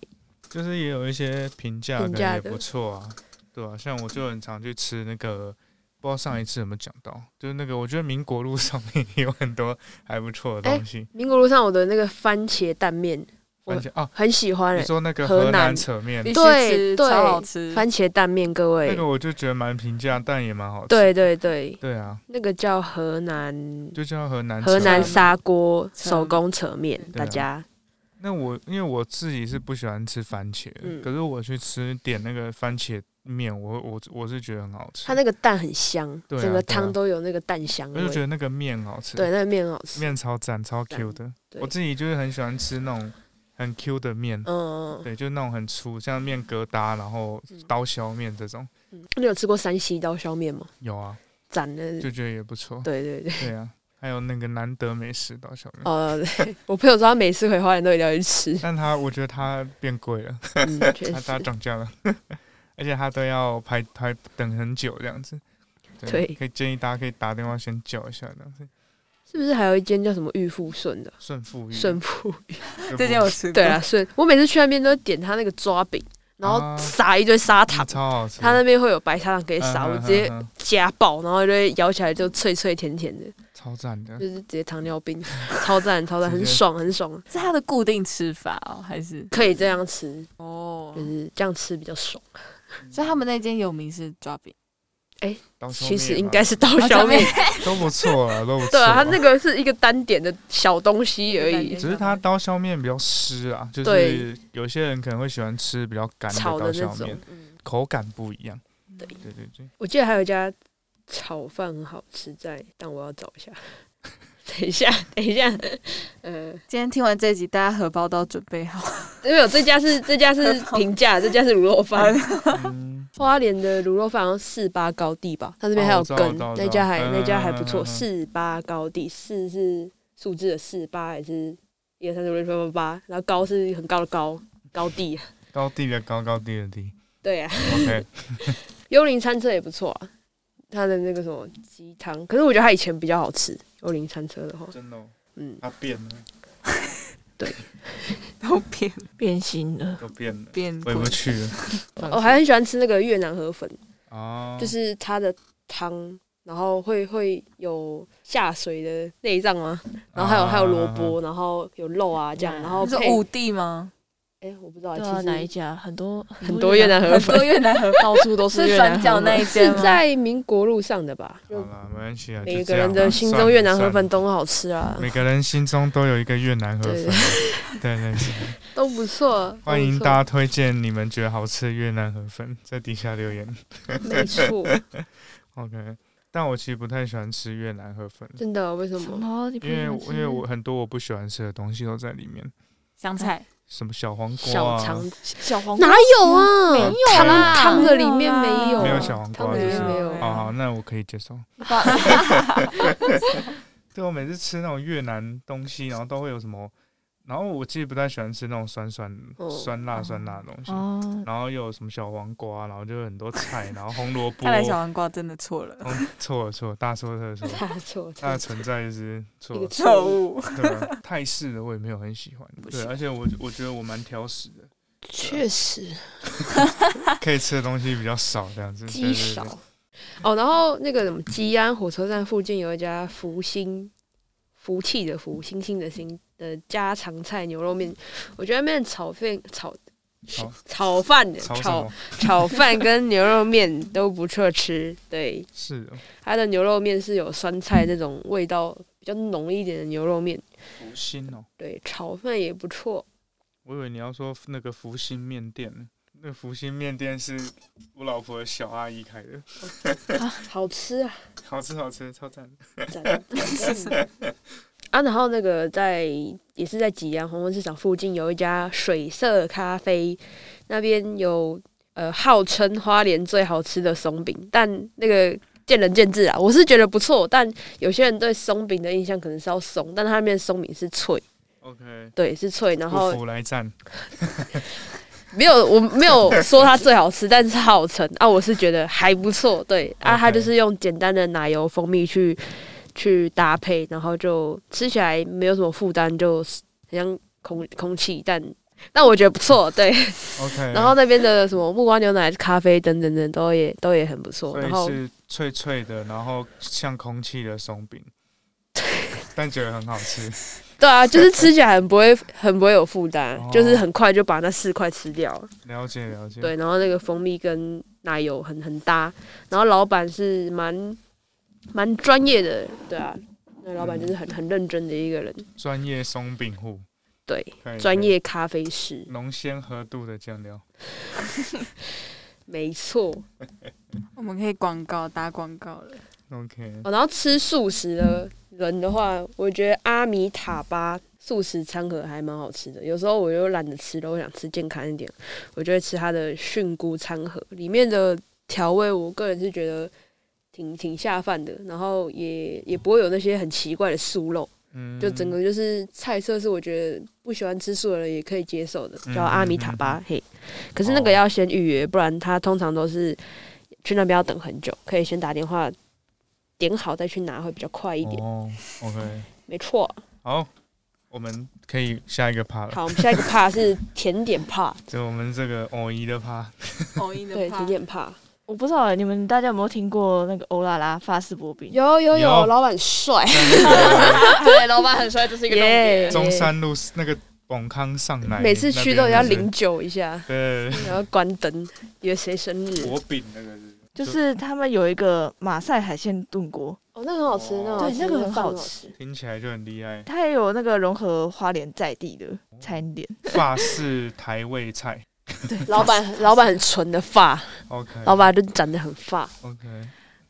Speaker 2: 就是也有一些评价，
Speaker 1: 评
Speaker 2: 感觉
Speaker 1: 价
Speaker 2: 也
Speaker 1: 的
Speaker 2: 不错啊。对啊，像我就很常去吃那个，不知道上一次有没有讲到，就是那个我觉得民国路上面也有很多还不错的东西。
Speaker 1: 民国路上我的那个番茄蛋面哎我
Speaker 2: 而且哦，
Speaker 1: 很喜欢欸诶、
Speaker 2: 你说那个
Speaker 1: 河
Speaker 2: 河
Speaker 1: 南
Speaker 2: 南扯面
Speaker 3: 必，须
Speaker 1: 对
Speaker 3: 吃，
Speaker 1: 对
Speaker 3: 超好吃。
Speaker 1: 番茄蛋面，各位，
Speaker 2: 那个我就觉得蛮平价，但也蛮好吃。
Speaker 1: 对对对，
Speaker 2: 对啊，
Speaker 1: 那个叫河南
Speaker 2: 就叫河南
Speaker 1: 河
Speaker 2: 扯
Speaker 1: 南
Speaker 2: 面
Speaker 1: 砂锅
Speaker 3: 扯
Speaker 1: 手工扯面，
Speaker 2: 对
Speaker 1: 大
Speaker 2: 啊
Speaker 1: 家
Speaker 2: 那我因为我自己是不喜欢吃番茄的，
Speaker 1: 嗯
Speaker 2: 可是我去吃点那个番茄面，我我我是觉得很好吃，
Speaker 1: 它那个蛋很香，
Speaker 2: 对啊
Speaker 1: 整个
Speaker 2: 对啊
Speaker 1: 汤都有那个蛋香
Speaker 2: 我就觉
Speaker 1: 味。
Speaker 2: 得那个面很好吃，
Speaker 1: 对，，那个面很好吃。
Speaker 2: 面超赞超
Speaker 1: 赞
Speaker 2: Q 的，
Speaker 1: 对
Speaker 2: 我自己就是很喜欢吃那种很 Q 的面，
Speaker 1: 嗯，
Speaker 2: 对，就是那种很粗，像面疙瘩，然后
Speaker 1: 嗯
Speaker 2: 刀削面这种，
Speaker 1: 嗯你有吃过山西刀削面吗？
Speaker 2: 有啊，
Speaker 1: 斩的，
Speaker 2: 就觉得也不错，
Speaker 1: 对对嗯 对。
Speaker 2: 对啊，还有那个南德美食刀削面，
Speaker 1: 哦，对 我朋友说他每次回花莲都一定要去 吃。
Speaker 2: 但它我觉得它变贵了，
Speaker 1: 嗯，确
Speaker 2: 它它
Speaker 1: 实。
Speaker 2: 涨价了， 而且它都要排排等很久这样子。
Speaker 1: 对
Speaker 2: 可以建议大家可以打电话先叫一下这样子。
Speaker 1: 是不是还有一间叫什么玉富顺的？
Speaker 2: 顺富裕，
Speaker 1: 顺富。
Speaker 2: 顺
Speaker 3: 这间
Speaker 2: 富裕
Speaker 3: 我吃过，
Speaker 1: 对啊，顺。我每次去那边都会点他那个抓饼，然后
Speaker 2: 啊
Speaker 1: 撒一堆砂糖。
Speaker 2: 超好吃，
Speaker 1: 他那边会有白砂糖可以
Speaker 2: 嗯
Speaker 1: 撒，我
Speaker 2: 嗯
Speaker 1: 直接
Speaker 2: 嗯嗯
Speaker 1: 加爆，然后就会咬起来就脆脆甜甜的，
Speaker 2: 超赞的
Speaker 1: 就，是直接糖尿病，超赞超赞，
Speaker 2: 嗯直接
Speaker 1: 很爽很爽，
Speaker 3: 是它的固定吃法哦，还是
Speaker 1: 可以这样吃，
Speaker 3: 哦
Speaker 1: 就？是这样吃比较爽。
Speaker 3: 所以他们那间有名是抓饼，
Speaker 1: 哎
Speaker 2: 刀削面
Speaker 1: 其
Speaker 2: 嘛，
Speaker 1: 实应该是刀削面，
Speaker 2: 都不错啊，都不错。
Speaker 1: 对啊，它那个是一个单点的小东西而
Speaker 3: 一个单
Speaker 1: 已
Speaker 3: 点，
Speaker 2: 只是它刀削面比较湿啊，就
Speaker 1: 对
Speaker 2: 是有些人可能会喜欢吃比较干的
Speaker 1: 炒
Speaker 2: 刀
Speaker 1: 的
Speaker 2: 削
Speaker 1: 那种
Speaker 2: 面，。口感不一样。
Speaker 1: 对
Speaker 2: 对对对，
Speaker 1: 我记得还有一家炒饭很好吃在，但我要找一下。 等一下，等一下，呃，
Speaker 3: 今天听完这集，大家荷包都准备好。
Speaker 1: 因为有这家是这家是平价，这家是卤肉饭。
Speaker 2: 嗯，
Speaker 1: 花莲的卤肉饭好像四八高地吧，它那边还有
Speaker 2: 哦我知道
Speaker 1: 根，
Speaker 2: 我知道我知道
Speaker 1: 那家还
Speaker 2: 嗯
Speaker 1: 那家还不
Speaker 2: 嗯嗯
Speaker 1: 错。
Speaker 2: 嗯
Speaker 1: 四八高地，四是数字的四，八还是一二三四五六七八八八，然后高是很高的高高地。
Speaker 2: 高地的高，高低的低。
Speaker 1: 对啊，
Speaker 2: OK，
Speaker 1: 幽灵餐车也不错啊，它的那个什么鸡汤，可是我觉得它以前比较好吃。幽灵餐车的话，
Speaker 2: 真的、哦，
Speaker 1: 嗯，
Speaker 2: 它变了，
Speaker 3: 都变
Speaker 4: 变心了，哦
Speaker 2: 都变了，
Speaker 3: 变
Speaker 2: 回不去了。
Speaker 1: 我哦还很喜欢吃那个越南河粉，
Speaker 2: 哦，
Speaker 1: 就是它的汤，然后会会有下水的内脏吗？然后还有还有萝
Speaker 2: 啊
Speaker 1: 卜，然后有肉啊这样，然后
Speaker 3: 你说
Speaker 1: 配
Speaker 3: 五弟吗？
Speaker 1: 哎我不知道，
Speaker 4: 对
Speaker 1: 其
Speaker 4: 啊，哪一
Speaker 1: 实
Speaker 4: 家很多
Speaker 1: 很多越南河
Speaker 3: 很多
Speaker 1: 粉
Speaker 3: 越南河
Speaker 4: 到处都是
Speaker 3: 是
Speaker 4: 越南
Speaker 3: 转角
Speaker 4: 河
Speaker 3: 那
Speaker 4: 粉
Speaker 3: 一
Speaker 1: 是
Speaker 3: 间吗？
Speaker 1: 在民国路上的吧？
Speaker 2: 好
Speaker 1: 就
Speaker 2: 啦，没关系啊。
Speaker 1: 每
Speaker 2: 就
Speaker 1: 个
Speaker 2: 这
Speaker 1: 人
Speaker 2: 样吧
Speaker 1: 的心
Speaker 2: 算
Speaker 1: 中
Speaker 2: 了
Speaker 1: 越南河
Speaker 2: 算
Speaker 1: 粉
Speaker 2: 了
Speaker 1: 都很好吃啊，
Speaker 2: 每个人心中都有一个越南河
Speaker 1: 对
Speaker 2: 粉。对对对，
Speaker 1: 都不错。
Speaker 2: 欢迎大
Speaker 1: 搭，
Speaker 2: 家推荐你们觉得好吃的越南河粉，在底下留言。
Speaker 1: 没 错，
Speaker 2: OK，但我其实不太喜欢吃越南河粉，
Speaker 1: 真的为什
Speaker 4: 什
Speaker 1: 么？
Speaker 4: 么？你不
Speaker 2: 因为
Speaker 4: 喜欢
Speaker 2: 我
Speaker 4: 吃
Speaker 2: 因为我很多我不喜欢吃的东西都在里面，
Speaker 3: 香菜，
Speaker 2: 什么小黄瓜
Speaker 1: 小
Speaker 2: 啊
Speaker 1: 肠，
Speaker 4: 小黄瓜
Speaker 1: 哪有啊？
Speaker 2: 没有啦
Speaker 1: 汤汤的里面
Speaker 3: 没有
Speaker 1: 没有
Speaker 3: 啦
Speaker 1: 啊，
Speaker 2: 没有小黄瓜
Speaker 1: 汤里
Speaker 2: 就
Speaker 1: 面
Speaker 2: 是
Speaker 1: 没有
Speaker 3: 对
Speaker 2: 哦，
Speaker 3: 啊
Speaker 2: 好，那我可以接受。 对，我每次吃那种越南东西，然后都会有什么，然后我其实不太喜欢吃那种酸酸、
Speaker 1: 哦
Speaker 2: 酸辣、酸辣的东西，
Speaker 4: 哦，
Speaker 2: 然后又有什么小黄瓜，然后就有很多菜，然后红萝卜
Speaker 3: 看。来小黄瓜真的错了，
Speaker 2: 嗯错了错了，大错特错，
Speaker 1: 差错，
Speaker 2: 它的存在 就是错
Speaker 1: 一个
Speaker 2: 了。
Speaker 1: 错误。
Speaker 3: 误。
Speaker 2: 对啊，泰式的我也没有很喜欢，对，而且我我觉得我蛮挑食的，
Speaker 1: 确实。
Speaker 2: 可以吃的东西比较少，这样子。嗯对
Speaker 1: 鸡
Speaker 2: 对
Speaker 1: 少
Speaker 2: 对
Speaker 1: 哦，然后那个什么，吉安火车站附近有一家福星，福气的福，星星的星的家常菜牛肉面，我觉得那边的炒饭炒
Speaker 2: 炒
Speaker 1: 炒饭的
Speaker 2: 哦炒什
Speaker 1: 炒？
Speaker 2: 么
Speaker 1: 炒饭跟牛肉面都不错吃。对，
Speaker 2: 是哦
Speaker 1: 它的牛肉面是有酸菜那种味道比较浓一点的牛肉面，
Speaker 2: 福星哦，
Speaker 1: 对，炒饭也不错。
Speaker 2: 我以为你要说那个福星面店呢，那个福星面店是我老婆的小阿姨开的，
Speaker 1: 好吃啊！
Speaker 2: 好吃好吃，超赞。
Speaker 1: 赞啊，然后那个在也是在吉安黄昏市场附近有一家水色咖啡，那边有呃号称花莲最好吃的松饼，但那个见仁见智啊，我是觉得不错，但有些人对松饼的印象可能是要松，但它那边的松饼是脆，
Speaker 2: OK，
Speaker 1: 对，是脆，然
Speaker 2: 不
Speaker 1: 后
Speaker 2: 服来战，
Speaker 1: 没有，我没有说它最好吃，但是号称啊，我是觉得还不错。对啊，
Speaker 2: OK
Speaker 1: 它就是用简单的奶油、蜂蜜去去搭配，然后就吃起来没有什么负担，就是很像空空气，但但我觉得不错。对，
Speaker 2: OK，
Speaker 1: 然后那边的什么木瓜牛奶、咖啡等等等都也都也很不错。
Speaker 2: 所
Speaker 1: 然后
Speaker 2: 以是脆脆的，然后像空气的 松饼，但觉得很好吃。
Speaker 1: 对啊，就是吃起来很不会很不会有负担，
Speaker 2: 哦
Speaker 1: 就是很快就把那四块吃掉了。
Speaker 2: 了解了解，
Speaker 1: 对，然后那个蜂蜜跟奶油很很搭，然后老板是蛮蛮专业的，对啊，那老板就是很很认真的一个人，
Speaker 2: 专业松饼户，
Speaker 1: 对，
Speaker 2: 可以
Speaker 1: 专
Speaker 2: 可以
Speaker 1: 业咖啡师，
Speaker 2: 浓鲜和度的酱料。
Speaker 1: 没错、
Speaker 3: 我们可以广告打广告了，
Speaker 2: OK，
Speaker 1: 哦。然后吃素食的人的话，我觉得阿米塔巴素食餐盒还蛮好吃的，有时候我又懒得吃了，我想吃健康一点，我就会吃它的菌菇餐盒，里面的调味，我个人是觉得。挺挺下饭的，然后也也不会有那些很奇怪的素肉，
Speaker 2: 嗯，
Speaker 1: 就整个就是菜色是我觉得不喜欢吃素的人也可以接受的，
Speaker 2: 嗯哦
Speaker 1: 叫阿米塔巴、嘿。可是那个要先预约，不然他通常都是去那边要等很久，可以先打电话点好再去拿会比较快一点。
Speaker 2: 哦，OK，
Speaker 1: 没错，
Speaker 2: 好，我们可以下一个趴了，
Speaker 1: 好，我们下一个怕是甜点 怕，
Speaker 2: 就我们这个偶一的趴。
Speaker 3: 统一的
Speaker 1: 对，甜点怕。
Speaker 4: 我不知道欸你们大家有没有听过那个欧拉拉法式薄饼？
Speaker 1: 有有
Speaker 2: 有
Speaker 1: 有，老板帅，
Speaker 4: 啊 对，老板很帅，这是一个重点。
Speaker 1: 耶
Speaker 2: 中山路那个永康上来，
Speaker 1: 每次去都要
Speaker 2: 要
Speaker 1: 零。酒一下，
Speaker 2: 对，
Speaker 1: 然后关灯，约谁生日？
Speaker 2: 薄饼那个是
Speaker 4: 就是他们有一个马赛海鲜炖锅，
Speaker 1: 哦，那个很好吃，那
Speaker 2: 哦
Speaker 1: 个
Speaker 4: 对，
Speaker 1: 吃
Speaker 4: 那个很好
Speaker 1: 饭
Speaker 4: 吃。
Speaker 2: 听起来就很厉害。
Speaker 4: 它也有那个融合花莲在地的餐点，
Speaker 2: 法式台味菜
Speaker 4: 对，
Speaker 1: 老板老板很纯的发，
Speaker 2: ，OK，
Speaker 1: 老板就长得很发，
Speaker 2: ，OK，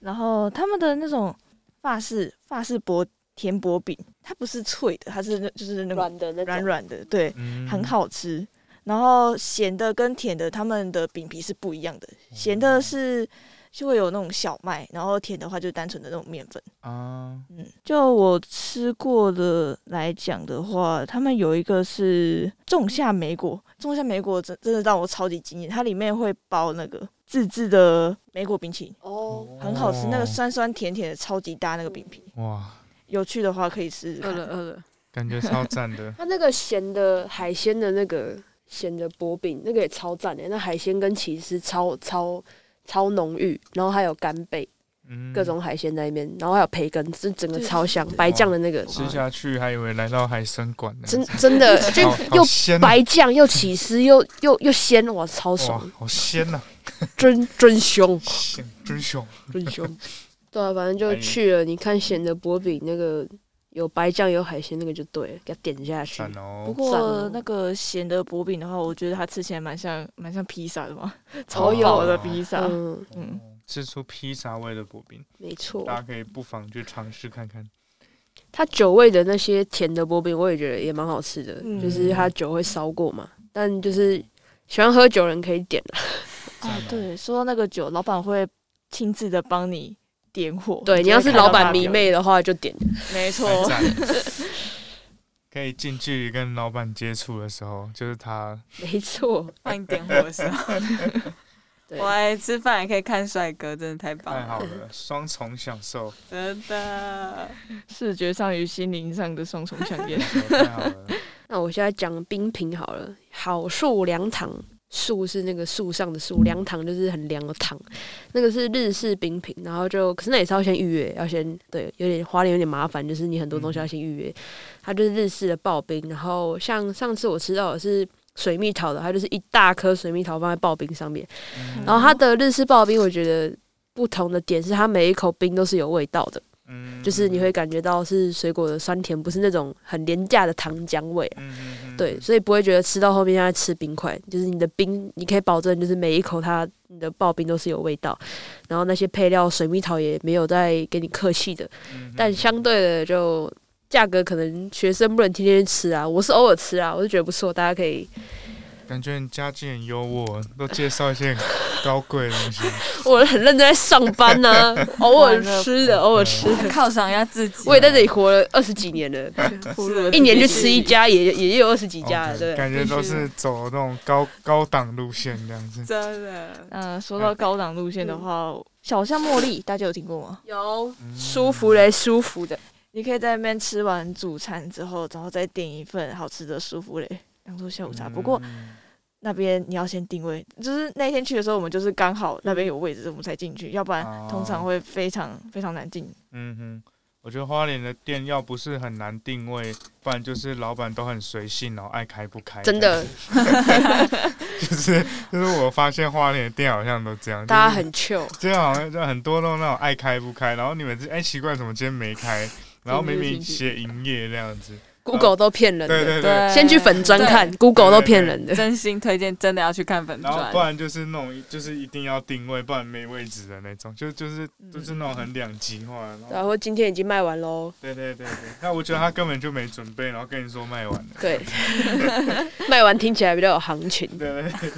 Speaker 4: 然后他们的那种法式法式薄甜薄饼，它不是脆的，它是那就是那种
Speaker 1: 软的那
Speaker 4: 软
Speaker 1: 种。
Speaker 4: 软的，对，
Speaker 2: 嗯，
Speaker 4: 很，好吃。然后咸的跟甜的，他们的饼皮是不一样的，咸的是就会有那种小麦，然后甜的话就单纯的那种面粉。
Speaker 2: 啊，
Speaker 4: 嗯，就我吃过的来讲的话，他们有一个是仲夏莓果，仲夏莓果真真的让我超级惊艳，它里面会包那个自制的莓果冰淇淋。
Speaker 1: 哦，，
Speaker 4: 很好吃，那个
Speaker 2: 哦
Speaker 4: 酸酸甜甜的，超级搭那个饼皮。
Speaker 2: 哇，
Speaker 4: 有趣的话可以试试
Speaker 3: 饿了
Speaker 4: 看。
Speaker 3: 饿了，
Speaker 2: 感觉超赞的
Speaker 1: 它那个咸的海鲜的那个咸的薄饼，那个也超赞的。那海鲜跟起司超超超浓郁，然后还有干贝，
Speaker 2: 嗯，
Speaker 1: 各种海鲜在里面，然后还有培根，这整个
Speaker 4: 对
Speaker 1: 超香
Speaker 4: 对，
Speaker 1: 白酱的那个，
Speaker 2: 哦吃下去还以为来到海参馆呢，
Speaker 1: 真真 的就
Speaker 2: 好好
Speaker 1: 又
Speaker 2: 鲜啊
Speaker 1: 白酱又起司又又又鲜，哇，超
Speaker 2: 哇
Speaker 1: 爽，，
Speaker 2: 好鲜呐，
Speaker 1: 真真香，
Speaker 2: 鲜真凶，
Speaker 1: 真香。 对啊，反正就
Speaker 2: 哎
Speaker 1: 去了。你看咸的薄饼那个有白酱有海鲜那个就对了，给它点下去
Speaker 2: 赞。
Speaker 4: 不
Speaker 2: 哦，
Speaker 1: 赞
Speaker 4: 过
Speaker 1: 哦
Speaker 4: 那个咸的薄饼的话，我觉得它吃起来蛮像蛮像披萨的嘛， 超
Speaker 1: 哦有
Speaker 4: 薄的披萨。
Speaker 1: 嗯，
Speaker 4: 嗯，
Speaker 2: 哦吃出披萨味的薄饼，
Speaker 1: 没错。
Speaker 2: 大家可以不妨去尝试看看。
Speaker 1: 它酒味的那些甜的薄饼，我也觉得也蛮好吃的，
Speaker 4: 嗯
Speaker 1: 就是它酒会烧过嘛。但就是喜欢喝酒的人可以点啊，
Speaker 2: 赞
Speaker 4: 啊
Speaker 2: 哦，
Speaker 4: 对，说到那个酒，老板会亲自的帮你点火。
Speaker 1: 对
Speaker 4: 就
Speaker 1: 你要
Speaker 4: 会
Speaker 1: 是
Speaker 4: 看到
Speaker 1: 老
Speaker 4: 他
Speaker 1: 板
Speaker 4: 表
Speaker 1: 迷
Speaker 4: 演，
Speaker 1: 妹的话就点。
Speaker 4: 没错。
Speaker 2: 太赞了可以近距离跟老板接触的时候，就是他
Speaker 1: 没错，
Speaker 3: 帮你点火的时候，
Speaker 1: 对
Speaker 3: 我还吃饭还可以看帅哥，真的太棒
Speaker 2: 太哎好
Speaker 3: 了，
Speaker 2: 了，双重享受，
Speaker 3: 真的。
Speaker 4: 视觉上与心灵上的双重相 验。
Speaker 2: 太好 了。
Speaker 1: 那我现在讲冰品好了，好树凉糖。树是那个树上的树，凉糖就是很凉的糖，那个是日式冰品，然后就可是那也是要先预约，要先对，有点花莲有点麻烦，就是你很多东西要先预约。它就是日式的刨冰，然后像上次我吃到的是水蜜桃的，它就是一大颗水蜜桃放在刨冰上面，
Speaker 2: 嗯
Speaker 1: 然后它的日式刨冰，我觉得不同的点是它每一口冰都是有味道的，
Speaker 2: 嗯
Speaker 1: 就是你会，感觉到是水果的酸甜，不是那种很廉价的糖浆味啊。
Speaker 2: 嗯嗯嗯
Speaker 1: 对，所以不会觉得吃到后面像在吃冰块，就是你的冰，你可以保证就是每一口它你的刨冰都是有味道，然后那些配料水蜜桃也没有在给你客气的，
Speaker 2: 嗯嗯
Speaker 1: 但
Speaker 2: 嗯
Speaker 1: 相对的就价格可能学生不能天天吃啊，我是偶尔吃啊，我就觉得不错，大家可以，
Speaker 2: 感觉你家境很优渥，都介绍一些很高贵的 东西，
Speaker 1: 我很认真在上班呢、 偶尔吃的，偶尔吃
Speaker 2: 嗯
Speaker 1: 的，
Speaker 3: 犒赏一下自己。
Speaker 1: 我也在这里活了二十几年了，一年就吃一家，也也有二十几家了，
Speaker 2: OK，
Speaker 1: 对不对。
Speaker 2: 哦感觉都是走那种高高档路线这样子。
Speaker 3: 真的。
Speaker 4: 嗯，说到高档路线的话，小巷茉莉大家有听过吗？
Speaker 1: 有
Speaker 2: 嗯
Speaker 1: 舒服嘞，舒服的，
Speaker 4: 你可以在那边吃完主餐之后，然后再点一份好吃的舒芙蕾当做下午茶。不过
Speaker 2: 嗯
Speaker 4: 那边你要先定位，就是那天去的时候，我们就是刚好那边有位置，我们才进去，要不然
Speaker 2: 哦
Speaker 4: 通常会非常非常难进。
Speaker 2: 嗯哼，我觉得花莲的店要不是很难定位，不然就是老板都很随性哦，爱开不开。
Speaker 1: 真的，，
Speaker 2: 就是 就是我发现花莲的店好像都这样，
Speaker 1: 大家
Speaker 2: 就是
Speaker 1: 很 chill。
Speaker 2: 今天好像就很多都那种爱开不开，然后你们这哎奇怪怎么今天没开，然后明明写营业这样子，
Speaker 1: Google 都骗人的，
Speaker 2: 对对对，
Speaker 3: 对，
Speaker 1: 先去粉砖看，Google 都骗人的
Speaker 3: 对，。真心推荐，真的要去看粉
Speaker 2: 然后不
Speaker 3: 砖。
Speaker 2: 然就是那种就是一定要定位，不然没位置的那种，就就是
Speaker 3: 嗯
Speaker 2: 就是那种很两极化。然后
Speaker 1: 然后今天已经卖完喽，
Speaker 2: 对对对对，那我觉得他根本就没准备，然后跟你说卖完了。
Speaker 1: 对，卖完听起来比较有行情。
Speaker 2: 对对对，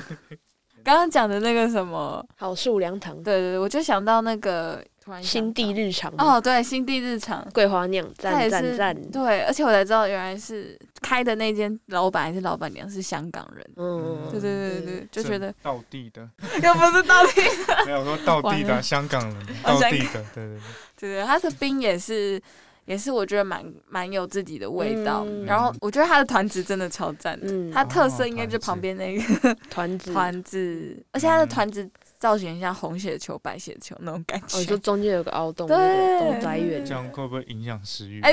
Speaker 3: 刚刚讲的那个什么，
Speaker 1: 好树凉堂，
Speaker 3: 对对对，我就想到那个突然想到
Speaker 1: 新地日常，
Speaker 3: 哦，对，新地日常，
Speaker 1: 桂花酿，
Speaker 3: 它
Speaker 1: 赞
Speaker 3: 也
Speaker 1: 赞
Speaker 3: 是
Speaker 1: 赞，
Speaker 3: 对，而且我才知道原来是开的那间老板还是老板娘是香港人。
Speaker 1: 嗯
Speaker 3: 对
Speaker 2: 嗯，
Speaker 3: 对对对，就觉 得
Speaker 2: 到地的，
Speaker 3: 又不是到底，
Speaker 2: 没有说到地
Speaker 3: 完
Speaker 2: 的啊
Speaker 3: 了
Speaker 2: 香港人，
Speaker 3: 哦
Speaker 2: 到
Speaker 3: 香港
Speaker 2: 地的，对对对，
Speaker 3: 对对，他的冰也是也是我觉得蛮蛮有自己的味道。
Speaker 1: 嗯
Speaker 3: 然后我觉得他的团子真的超赞的，
Speaker 1: 嗯
Speaker 3: 它特色应该就旁边 那个
Speaker 1: 团子，哦，
Speaker 3: 团子，而且它的团子造型很像红血球、白血球那种感
Speaker 1: 你
Speaker 3: 觉
Speaker 1: 说。中间有个凹洞，
Speaker 3: 对
Speaker 1: 那个斗宅园
Speaker 2: 这，样会不会影响食欲？
Speaker 3: 哎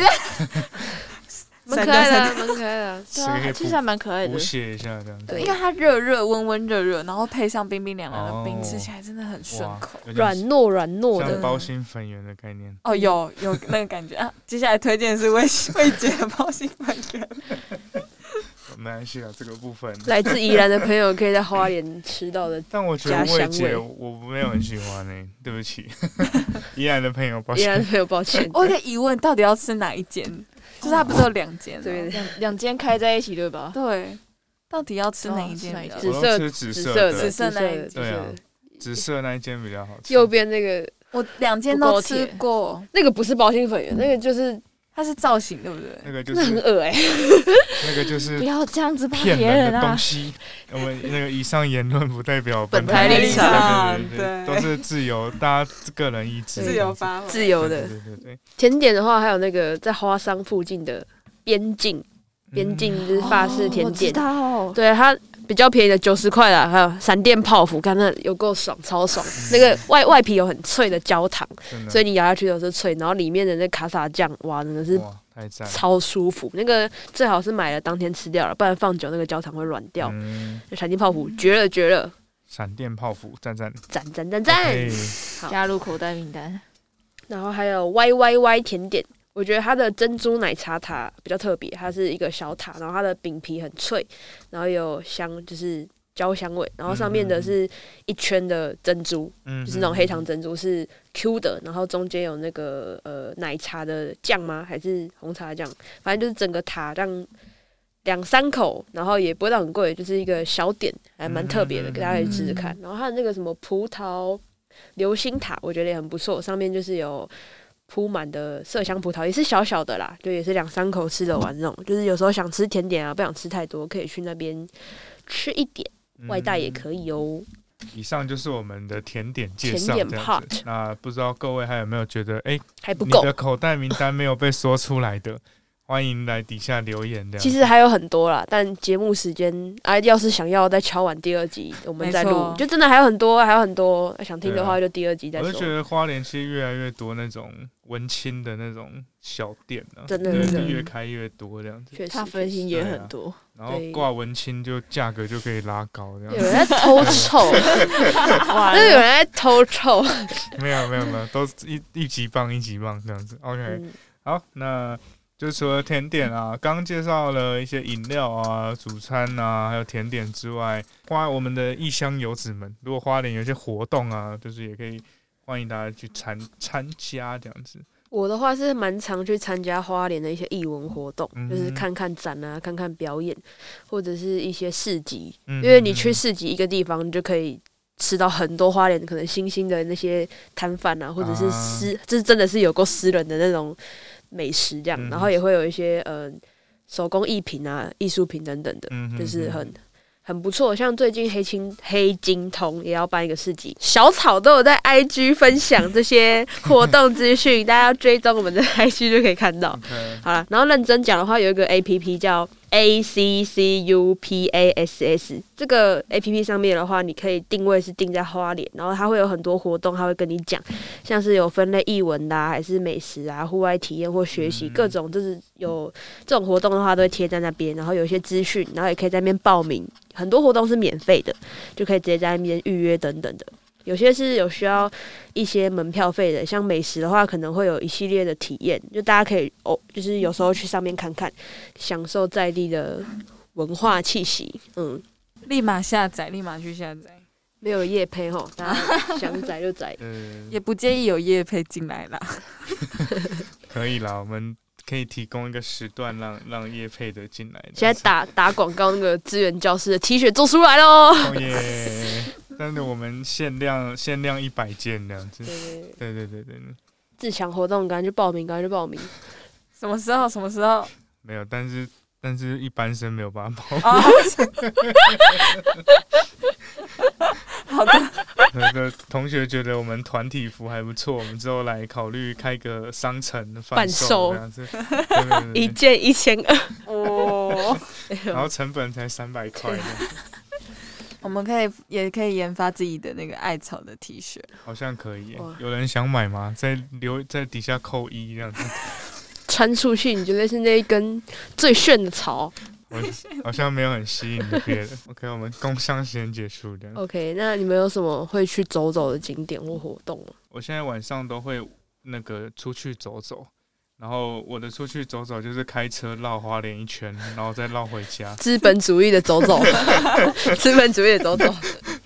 Speaker 1: 蛮可爱的，啊蛮可爱的。
Speaker 4: 对
Speaker 2: 这个可
Speaker 4: 啊，
Speaker 2: 以
Speaker 4: 其实还蛮可爱
Speaker 2: 补
Speaker 4: 的。
Speaker 2: 写一下这样子。
Speaker 1: 对
Speaker 3: 因为它热热温温热热，然后配上冰冰凉凉的冰，
Speaker 2: 哦
Speaker 3: 吃起来真的很顺
Speaker 2: 哇
Speaker 3: 口。，
Speaker 2: 有点
Speaker 1: 软糯软糯
Speaker 2: 像
Speaker 1: 的，
Speaker 2: 包心粉圆的概念。
Speaker 3: 哦，有有那个感觉啊！接下来推荐的是魏魏姐的包心粉圆，
Speaker 2: 没关系啊，这个部分。
Speaker 1: 来自宜兰的朋友可以在花莲吃到的
Speaker 2: 但我觉
Speaker 1: 家
Speaker 2: 得
Speaker 1: 乡
Speaker 2: 魏姐
Speaker 1: 味
Speaker 2: 我没有很喜欢呢、对不 起，宜兰的朋友，抱
Speaker 1: 宜
Speaker 2: 歉
Speaker 1: 兰。朋友，抱歉。
Speaker 3: 我有个疑问，到底要吃哪一间？就是它不是有两间吗？啊
Speaker 1: 这边
Speaker 4: 两两间开在一起，对吧？
Speaker 3: 对，到底要吃哪一间
Speaker 4: 哦
Speaker 3: 比较
Speaker 4: 吃
Speaker 1: 间紫
Speaker 2: 我
Speaker 3: 好？
Speaker 4: 哪一
Speaker 2: 都
Speaker 1: 色
Speaker 2: 吃紫
Speaker 1: 紫
Speaker 2: 色
Speaker 1: 色
Speaker 2: 的，
Speaker 1: 的，
Speaker 3: 紫色
Speaker 1: 的
Speaker 3: 那一
Speaker 1: 紫色
Speaker 2: 对啊
Speaker 1: 的，
Speaker 2: 紫色那一间比较好吃。
Speaker 1: 右边那个
Speaker 3: 我两间都吃过，
Speaker 1: 那个不是包心粉圆，那个就是
Speaker 3: 它是造型对不对？
Speaker 2: 那个就
Speaker 1: 那很
Speaker 2: 是
Speaker 1: 恶哎、
Speaker 2: 那个就是
Speaker 4: 不要这样子骂
Speaker 2: 骗
Speaker 4: 别
Speaker 2: 人
Speaker 4: 人
Speaker 2: 的
Speaker 4: 啊
Speaker 2: 东！西。我们那个以上言论不代表
Speaker 4: 本台立
Speaker 3: 场
Speaker 2: 对对对，
Speaker 3: 对
Speaker 2: 都是自由，大家个人意志，
Speaker 1: 对
Speaker 3: 自由发挥。
Speaker 4: 自由
Speaker 2: 对
Speaker 4: 的，
Speaker 2: 对对嗯对，
Speaker 1: 甜点的话，还有那个在花商附近的边境，
Speaker 2: 嗯
Speaker 1: 边境就是法式甜
Speaker 4: 哦我知
Speaker 1: 点，
Speaker 4: 道，
Speaker 1: 对它比较便宜的九十块啦，还有闪电泡芙，看那有够爽，超爽。那个外外皮有很脆的焦糖，
Speaker 2: 真的
Speaker 1: 所以你咬下去的时候是脆，然后里面的那卡萨酱，哇，真的是
Speaker 2: 哇，太赞了，
Speaker 1: 超舒服。那个最好是买了当天吃掉了，不然放久那个焦糖会软掉。
Speaker 2: 嗯，
Speaker 1: 闪电泡芙绝了绝了，
Speaker 2: 闪电泡芙，赞赞
Speaker 1: 赞赞赞赞！
Speaker 2: OK，
Speaker 1: 好
Speaker 4: 加入口袋名单。
Speaker 1: 然后还有 Y Y Y 甜点，我觉得它的珍珠奶茶塔比较特别，它是一个小塔，然后它的饼皮很脆，然后有香就是焦香味，然后上面的是一圈的珍珠，
Speaker 2: 嗯，
Speaker 1: 就是那种黑糖珍珠是 Q 的，然后中间有那个呃奶茶的酱吗？还是红茶酱？反正就是整个塔让两三口，然后也不会到很贵，就是一个小点，还蛮特别的，
Speaker 2: 嗯
Speaker 1: 给大家可以试试看。然后还有那个什么葡萄流心塔，我觉得也很不错，上面就是有。铺满的麝香葡萄也是小小的啦，就也是两三口吃得完那种。就是有时候想吃甜点啊，不想吃太多，可以去那边吃一点，
Speaker 2: 嗯
Speaker 1: 外带也
Speaker 2: 以。
Speaker 1: 可以哦。
Speaker 2: 以上就是我们的甜点介绍，
Speaker 1: 甜点
Speaker 2: 这样子
Speaker 1: part
Speaker 2: 那不知道各位还有没有觉得，哎，
Speaker 1: 还不
Speaker 2: 你
Speaker 1: 够，
Speaker 2: 的口袋名单没有被说出来的， 欢迎来底下留言的。
Speaker 1: 其实还有很多啦，但节目时间啊，要是想要再敲完第二集，我们再
Speaker 3: 没
Speaker 1: 录
Speaker 3: 错，
Speaker 1: 就真的还有很多，还有很多想听的
Speaker 2: 对啊
Speaker 1: 话，就第二集再
Speaker 2: 我就觉
Speaker 1: 说。
Speaker 2: 得花莲其实越来越多那种文青的那种小店了、啊，
Speaker 1: 真的
Speaker 2: 对
Speaker 1: 真的
Speaker 2: 越开越多这样子，
Speaker 1: 确实
Speaker 4: 他，分心也很多，
Speaker 2: 然后
Speaker 1: 对
Speaker 2: 挂文青就价格就可以拉高这样
Speaker 1: 有
Speaker 2: 子。
Speaker 1: 人在偷臭，
Speaker 4: 哇
Speaker 1: 真的有人在偷臭。
Speaker 2: 没有没有没有，都是一一级棒一级棒这样子。OK，、
Speaker 1: 嗯
Speaker 2: 好，那就除了甜点啊，刚刚介绍了一些饮料啊、主餐啊，还有甜点之外，花我们的异乡游子们，如果花莲有一些活动啊，就是也可以欢迎大家去参参加这样子。
Speaker 1: 我的话是蛮常去参加花莲的一些艺文活动，
Speaker 2: 嗯哼
Speaker 1: 就是看看展啊，看看表演，或者是一些市集。
Speaker 2: 嗯
Speaker 1: 因为你去
Speaker 2: 嗯
Speaker 1: 市集一个地方，你就可以吃到很多花莲可能新兴的那些摊贩啊，或者是私，就是真的是有够私人的那种美食这样，
Speaker 2: 嗯
Speaker 1: 然后也会有一些呃手工艺品啊、艺术品等等的，
Speaker 2: 嗯哼
Speaker 1: 就是
Speaker 2: 嗯
Speaker 1: 很。很不错，像最近黑青黑金通也要办一个市集，小草都有在 IG 分享这些活动资讯，大家要追踪我们的 IG 就可以看到。
Speaker 2: OK，
Speaker 1: 好了，然后认真讲的话，有一个 A P P 叫 A C C U P A S S，这个 A P P 上面的话，你可以定位是定在花莲，然后它会有很多活动，它会跟你讲，像是有分类艺文啦、还是美食啊、户外体验或学习、
Speaker 2: 嗯
Speaker 1: 各种，就是有这种活动的话，都会贴在那边，然后有一些资讯，然后也可以在那边报名，很多活动是免费的，就可以直接在那边预约等等的。有些是有需要一些门票费的，像美食的话，可能会有一系列的体验，就大家可以哦，就是有时候去上面看看，享受在地的文化气息。嗯，
Speaker 3: 立马下载，立马去下载，
Speaker 1: 没有夜配吼，大家想宰就宰。
Speaker 2: 呃，
Speaker 3: 也不介意有夜配进来啦。
Speaker 2: 可以啦，我们可以提供一个时段让让叶配的进来。
Speaker 1: 现在打打广告那个资源教室的 T 恤做出来喽。
Speaker 2: 哦耶，但是我们限量限量一百件这样子
Speaker 1: 对。对对，
Speaker 2: 对对对对，对
Speaker 1: 自强活动赶快去报名，赶快去报名。
Speaker 3: 什么时候？什么时候？
Speaker 2: 没有，但是但是一般生没 有办法报。
Speaker 3: 哦， 好的，
Speaker 2: 那个同学觉得我们团体服还不错，我们之后来考虑开个商城贩
Speaker 1: 贩售
Speaker 2: 售这样子。对
Speaker 1: 一
Speaker 2: 对对对，
Speaker 1: 件一千二，
Speaker 3: 哦，
Speaker 2: 然后成本才三百块这样，
Speaker 3: 我们可以也可以研发自己的那个艾草的 T 恤，
Speaker 2: 好像可以耶
Speaker 1: 哇。
Speaker 2: 有人想买吗？在留在底下扣一这样子。
Speaker 1: 穿出去，你觉得是那一根最炫的草。
Speaker 2: 好像没有很吸引别人。OK，我们工商先结束的。
Speaker 1: OK，那你们有什么会去走走的景点或活动 吗？。
Speaker 2: 我现在晚上都会那个出去走走，然后我的出去走走就是开车绕花莲一圈，然后再绕回家
Speaker 1: 资本主义的走 走，资本主义的走走。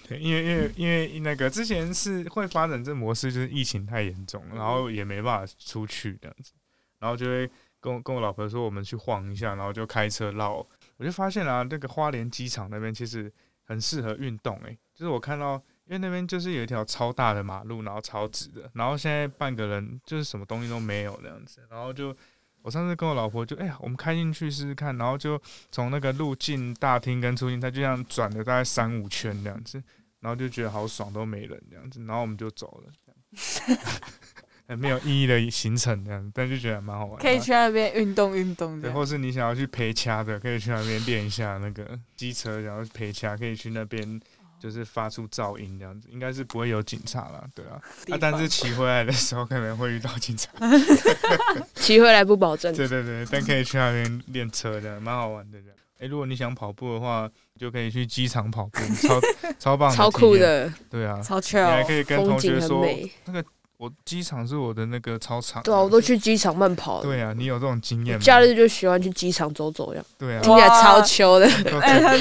Speaker 2: 对，因为因为因为那个之前是会发展这模式，就是疫情太严重了，然后也没办法出去这样子，然后就会跟我跟我老婆说我们去晃一下，然后就开车绕。我就发现啊，那个花莲机场那边其实很适合运动、欸，就是我看到。因为那边就是有一条超大的马路，然后超直的，然后现在半个人就是什么东西都没有这样子，然后就我上次跟我老婆就哎呀，我们开进去试试看，然后就从那个入境大厅跟出境，它就这样转了大概三五圈这样子，然后就觉得好爽，都没人这样子，然后我们就走了，这 样没有意义的行程这样，但就觉得蛮好玩的。
Speaker 3: 可以去那边运动运动
Speaker 2: 对，
Speaker 3: 的。
Speaker 2: 或是你想要去陪掐的，可以去那边练一下那个机车，然后陪掐，可以去那边
Speaker 1: 哦
Speaker 2: 就是发出噪音这样子，应该是不会有警察啦，对啊。
Speaker 3: 地
Speaker 2: 啊
Speaker 3: 方
Speaker 2: 但是骑回来的时候可能会遇到警察，
Speaker 1: 骑回来不保证。
Speaker 2: 对对对，但可以去那边练车的，蛮好玩的这样。哎、如果你想跑步的话，就可以去机场跑步， 超超棒，
Speaker 1: 超酷，的
Speaker 2: 对啊。
Speaker 3: 超
Speaker 2: 你还
Speaker 3: chill，
Speaker 2: 可以跟
Speaker 1: 风
Speaker 2: 同学
Speaker 1: 景很
Speaker 2: 说，
Speaker 1: 美，
Speaker 2: 我机场是我的那个操场。
Speaker 1: 对啊，我都。去机场慢跑了。
Speaker 2: 对啊，你有这种经验
Speaker 1: 我
Speaker 2: 吗？
Speaker 1: 假日就喜欢去机场走走，这样
Speaker 2: 对 啊，
Speaker 1: 听起来超秋的，
Speaker 2: 都
Speaker 3: 哎，
Speaker 2: 在
Speaker 3: 很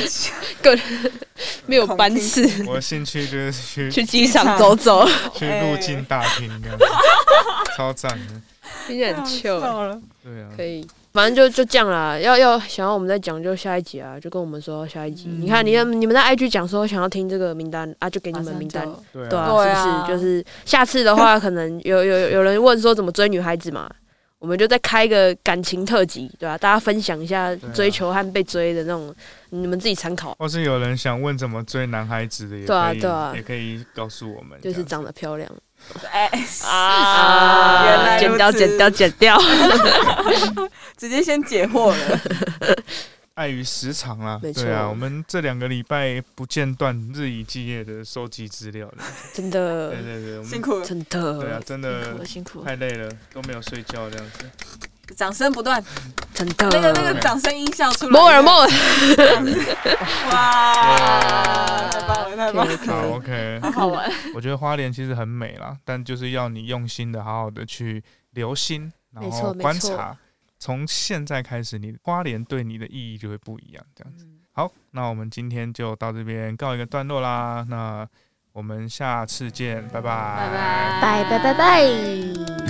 Speaker 1: 没有班次，
Speaker 2: 我的兴趣就是 去
Speaker 1: 去机场走走，
Speaker 2: 去
Speaker 1: 哎
Speaker 2: 入境大厅 这样子，超赞的。
Speaker 1: 听起来很秋。
Speaker 3: 到了，
Speaker 2: 对啊，
Speaker 1: 可以，反正就就这样啦。要要想要我们再讲，就下一集啊，就跟我们说下一集。
Speaker 3: 嗯
Speaker 1: 你看，你们你们在 IG 讲说想要听这个名单啊，就给你们名单。
Speaker 2: 对
Speaker 1: 对
Speaker 2: 啊，
Speaker 1: 啊，
Speaker 3: 对啊
Speaker 1: 是不是？就是下次的话，可能有有有有人问说怎么追女孩子嘛，我们就再开一个感情特辑，对吧、大家分享一下
Speaker 2: 对啊
Speaker 1: 追求和被追的那种，你们自己参考。
Speaker 2: 或是有人想问怎么追男孩子的，也
Speaker 1: 对啊
Speaker 2: 可以
Speaker 1: 对啊
Speaker 2: 也可以告诉我们。
Speaker 1: 就是
Speaker 2: 这样
Speaker 1: 长得漂亮
Speaker 3: 哎，
Speaker 1: 啊
Speaker 3: 原来如此
Speaker 1: 剪掉剪掉剪掉，
Speaker 3: 直接先解惑了。
Speaker 2: 嗯碍于时长啦，
Speaker 1: 没错
Speaker 2: 对啊，我们这两个礼拜不间断，日以继夜的收集资料了。
Speaker 1: 真的
Speaker 2: 对对对，我
Speaker 3: 辛
Speaker 2: 们
Speaker 3: 苦了，
Speaker 1: 真
Speaker 2: 对啊，
Speaker 1: 的
Speaker 2: 真
Speaker 4: 辛苦
Speaker 2: 的
Speaker 4: 了，辛苦了。
Speaker 2: 太累了，都没有睡觉这样子。
Speaker 3: 掌声不断，
Speaker 1: 真
Speaker 3: 那个那
Speaker 1: 的
Speaker 2: 嗯
Speaker 3: 个掌声音效出来，
Speaker 1: 摩尔梦
Speaker 3: 哇，太棒了，太棒了，
Speaker 2: 好，OK，
Speaker 4: 好玩，
Speaker 2: 我觉得花莲其实很美啦，但就是要你用心的、好好的去留心，然
Speaker 1: 没错
Speaker 2: 后
Speaker 1: 没
Speaker 2: 观
Speaker 1: 错
Speaker 2: 察。从现在开始，你花莲对你的意义就会不一样。这样子，好，那我们今天就到这边告一个段落啦。那我们下次见，拜拜
Speaker 3: 哎拜
Speaker 4: 拜拜拜拜。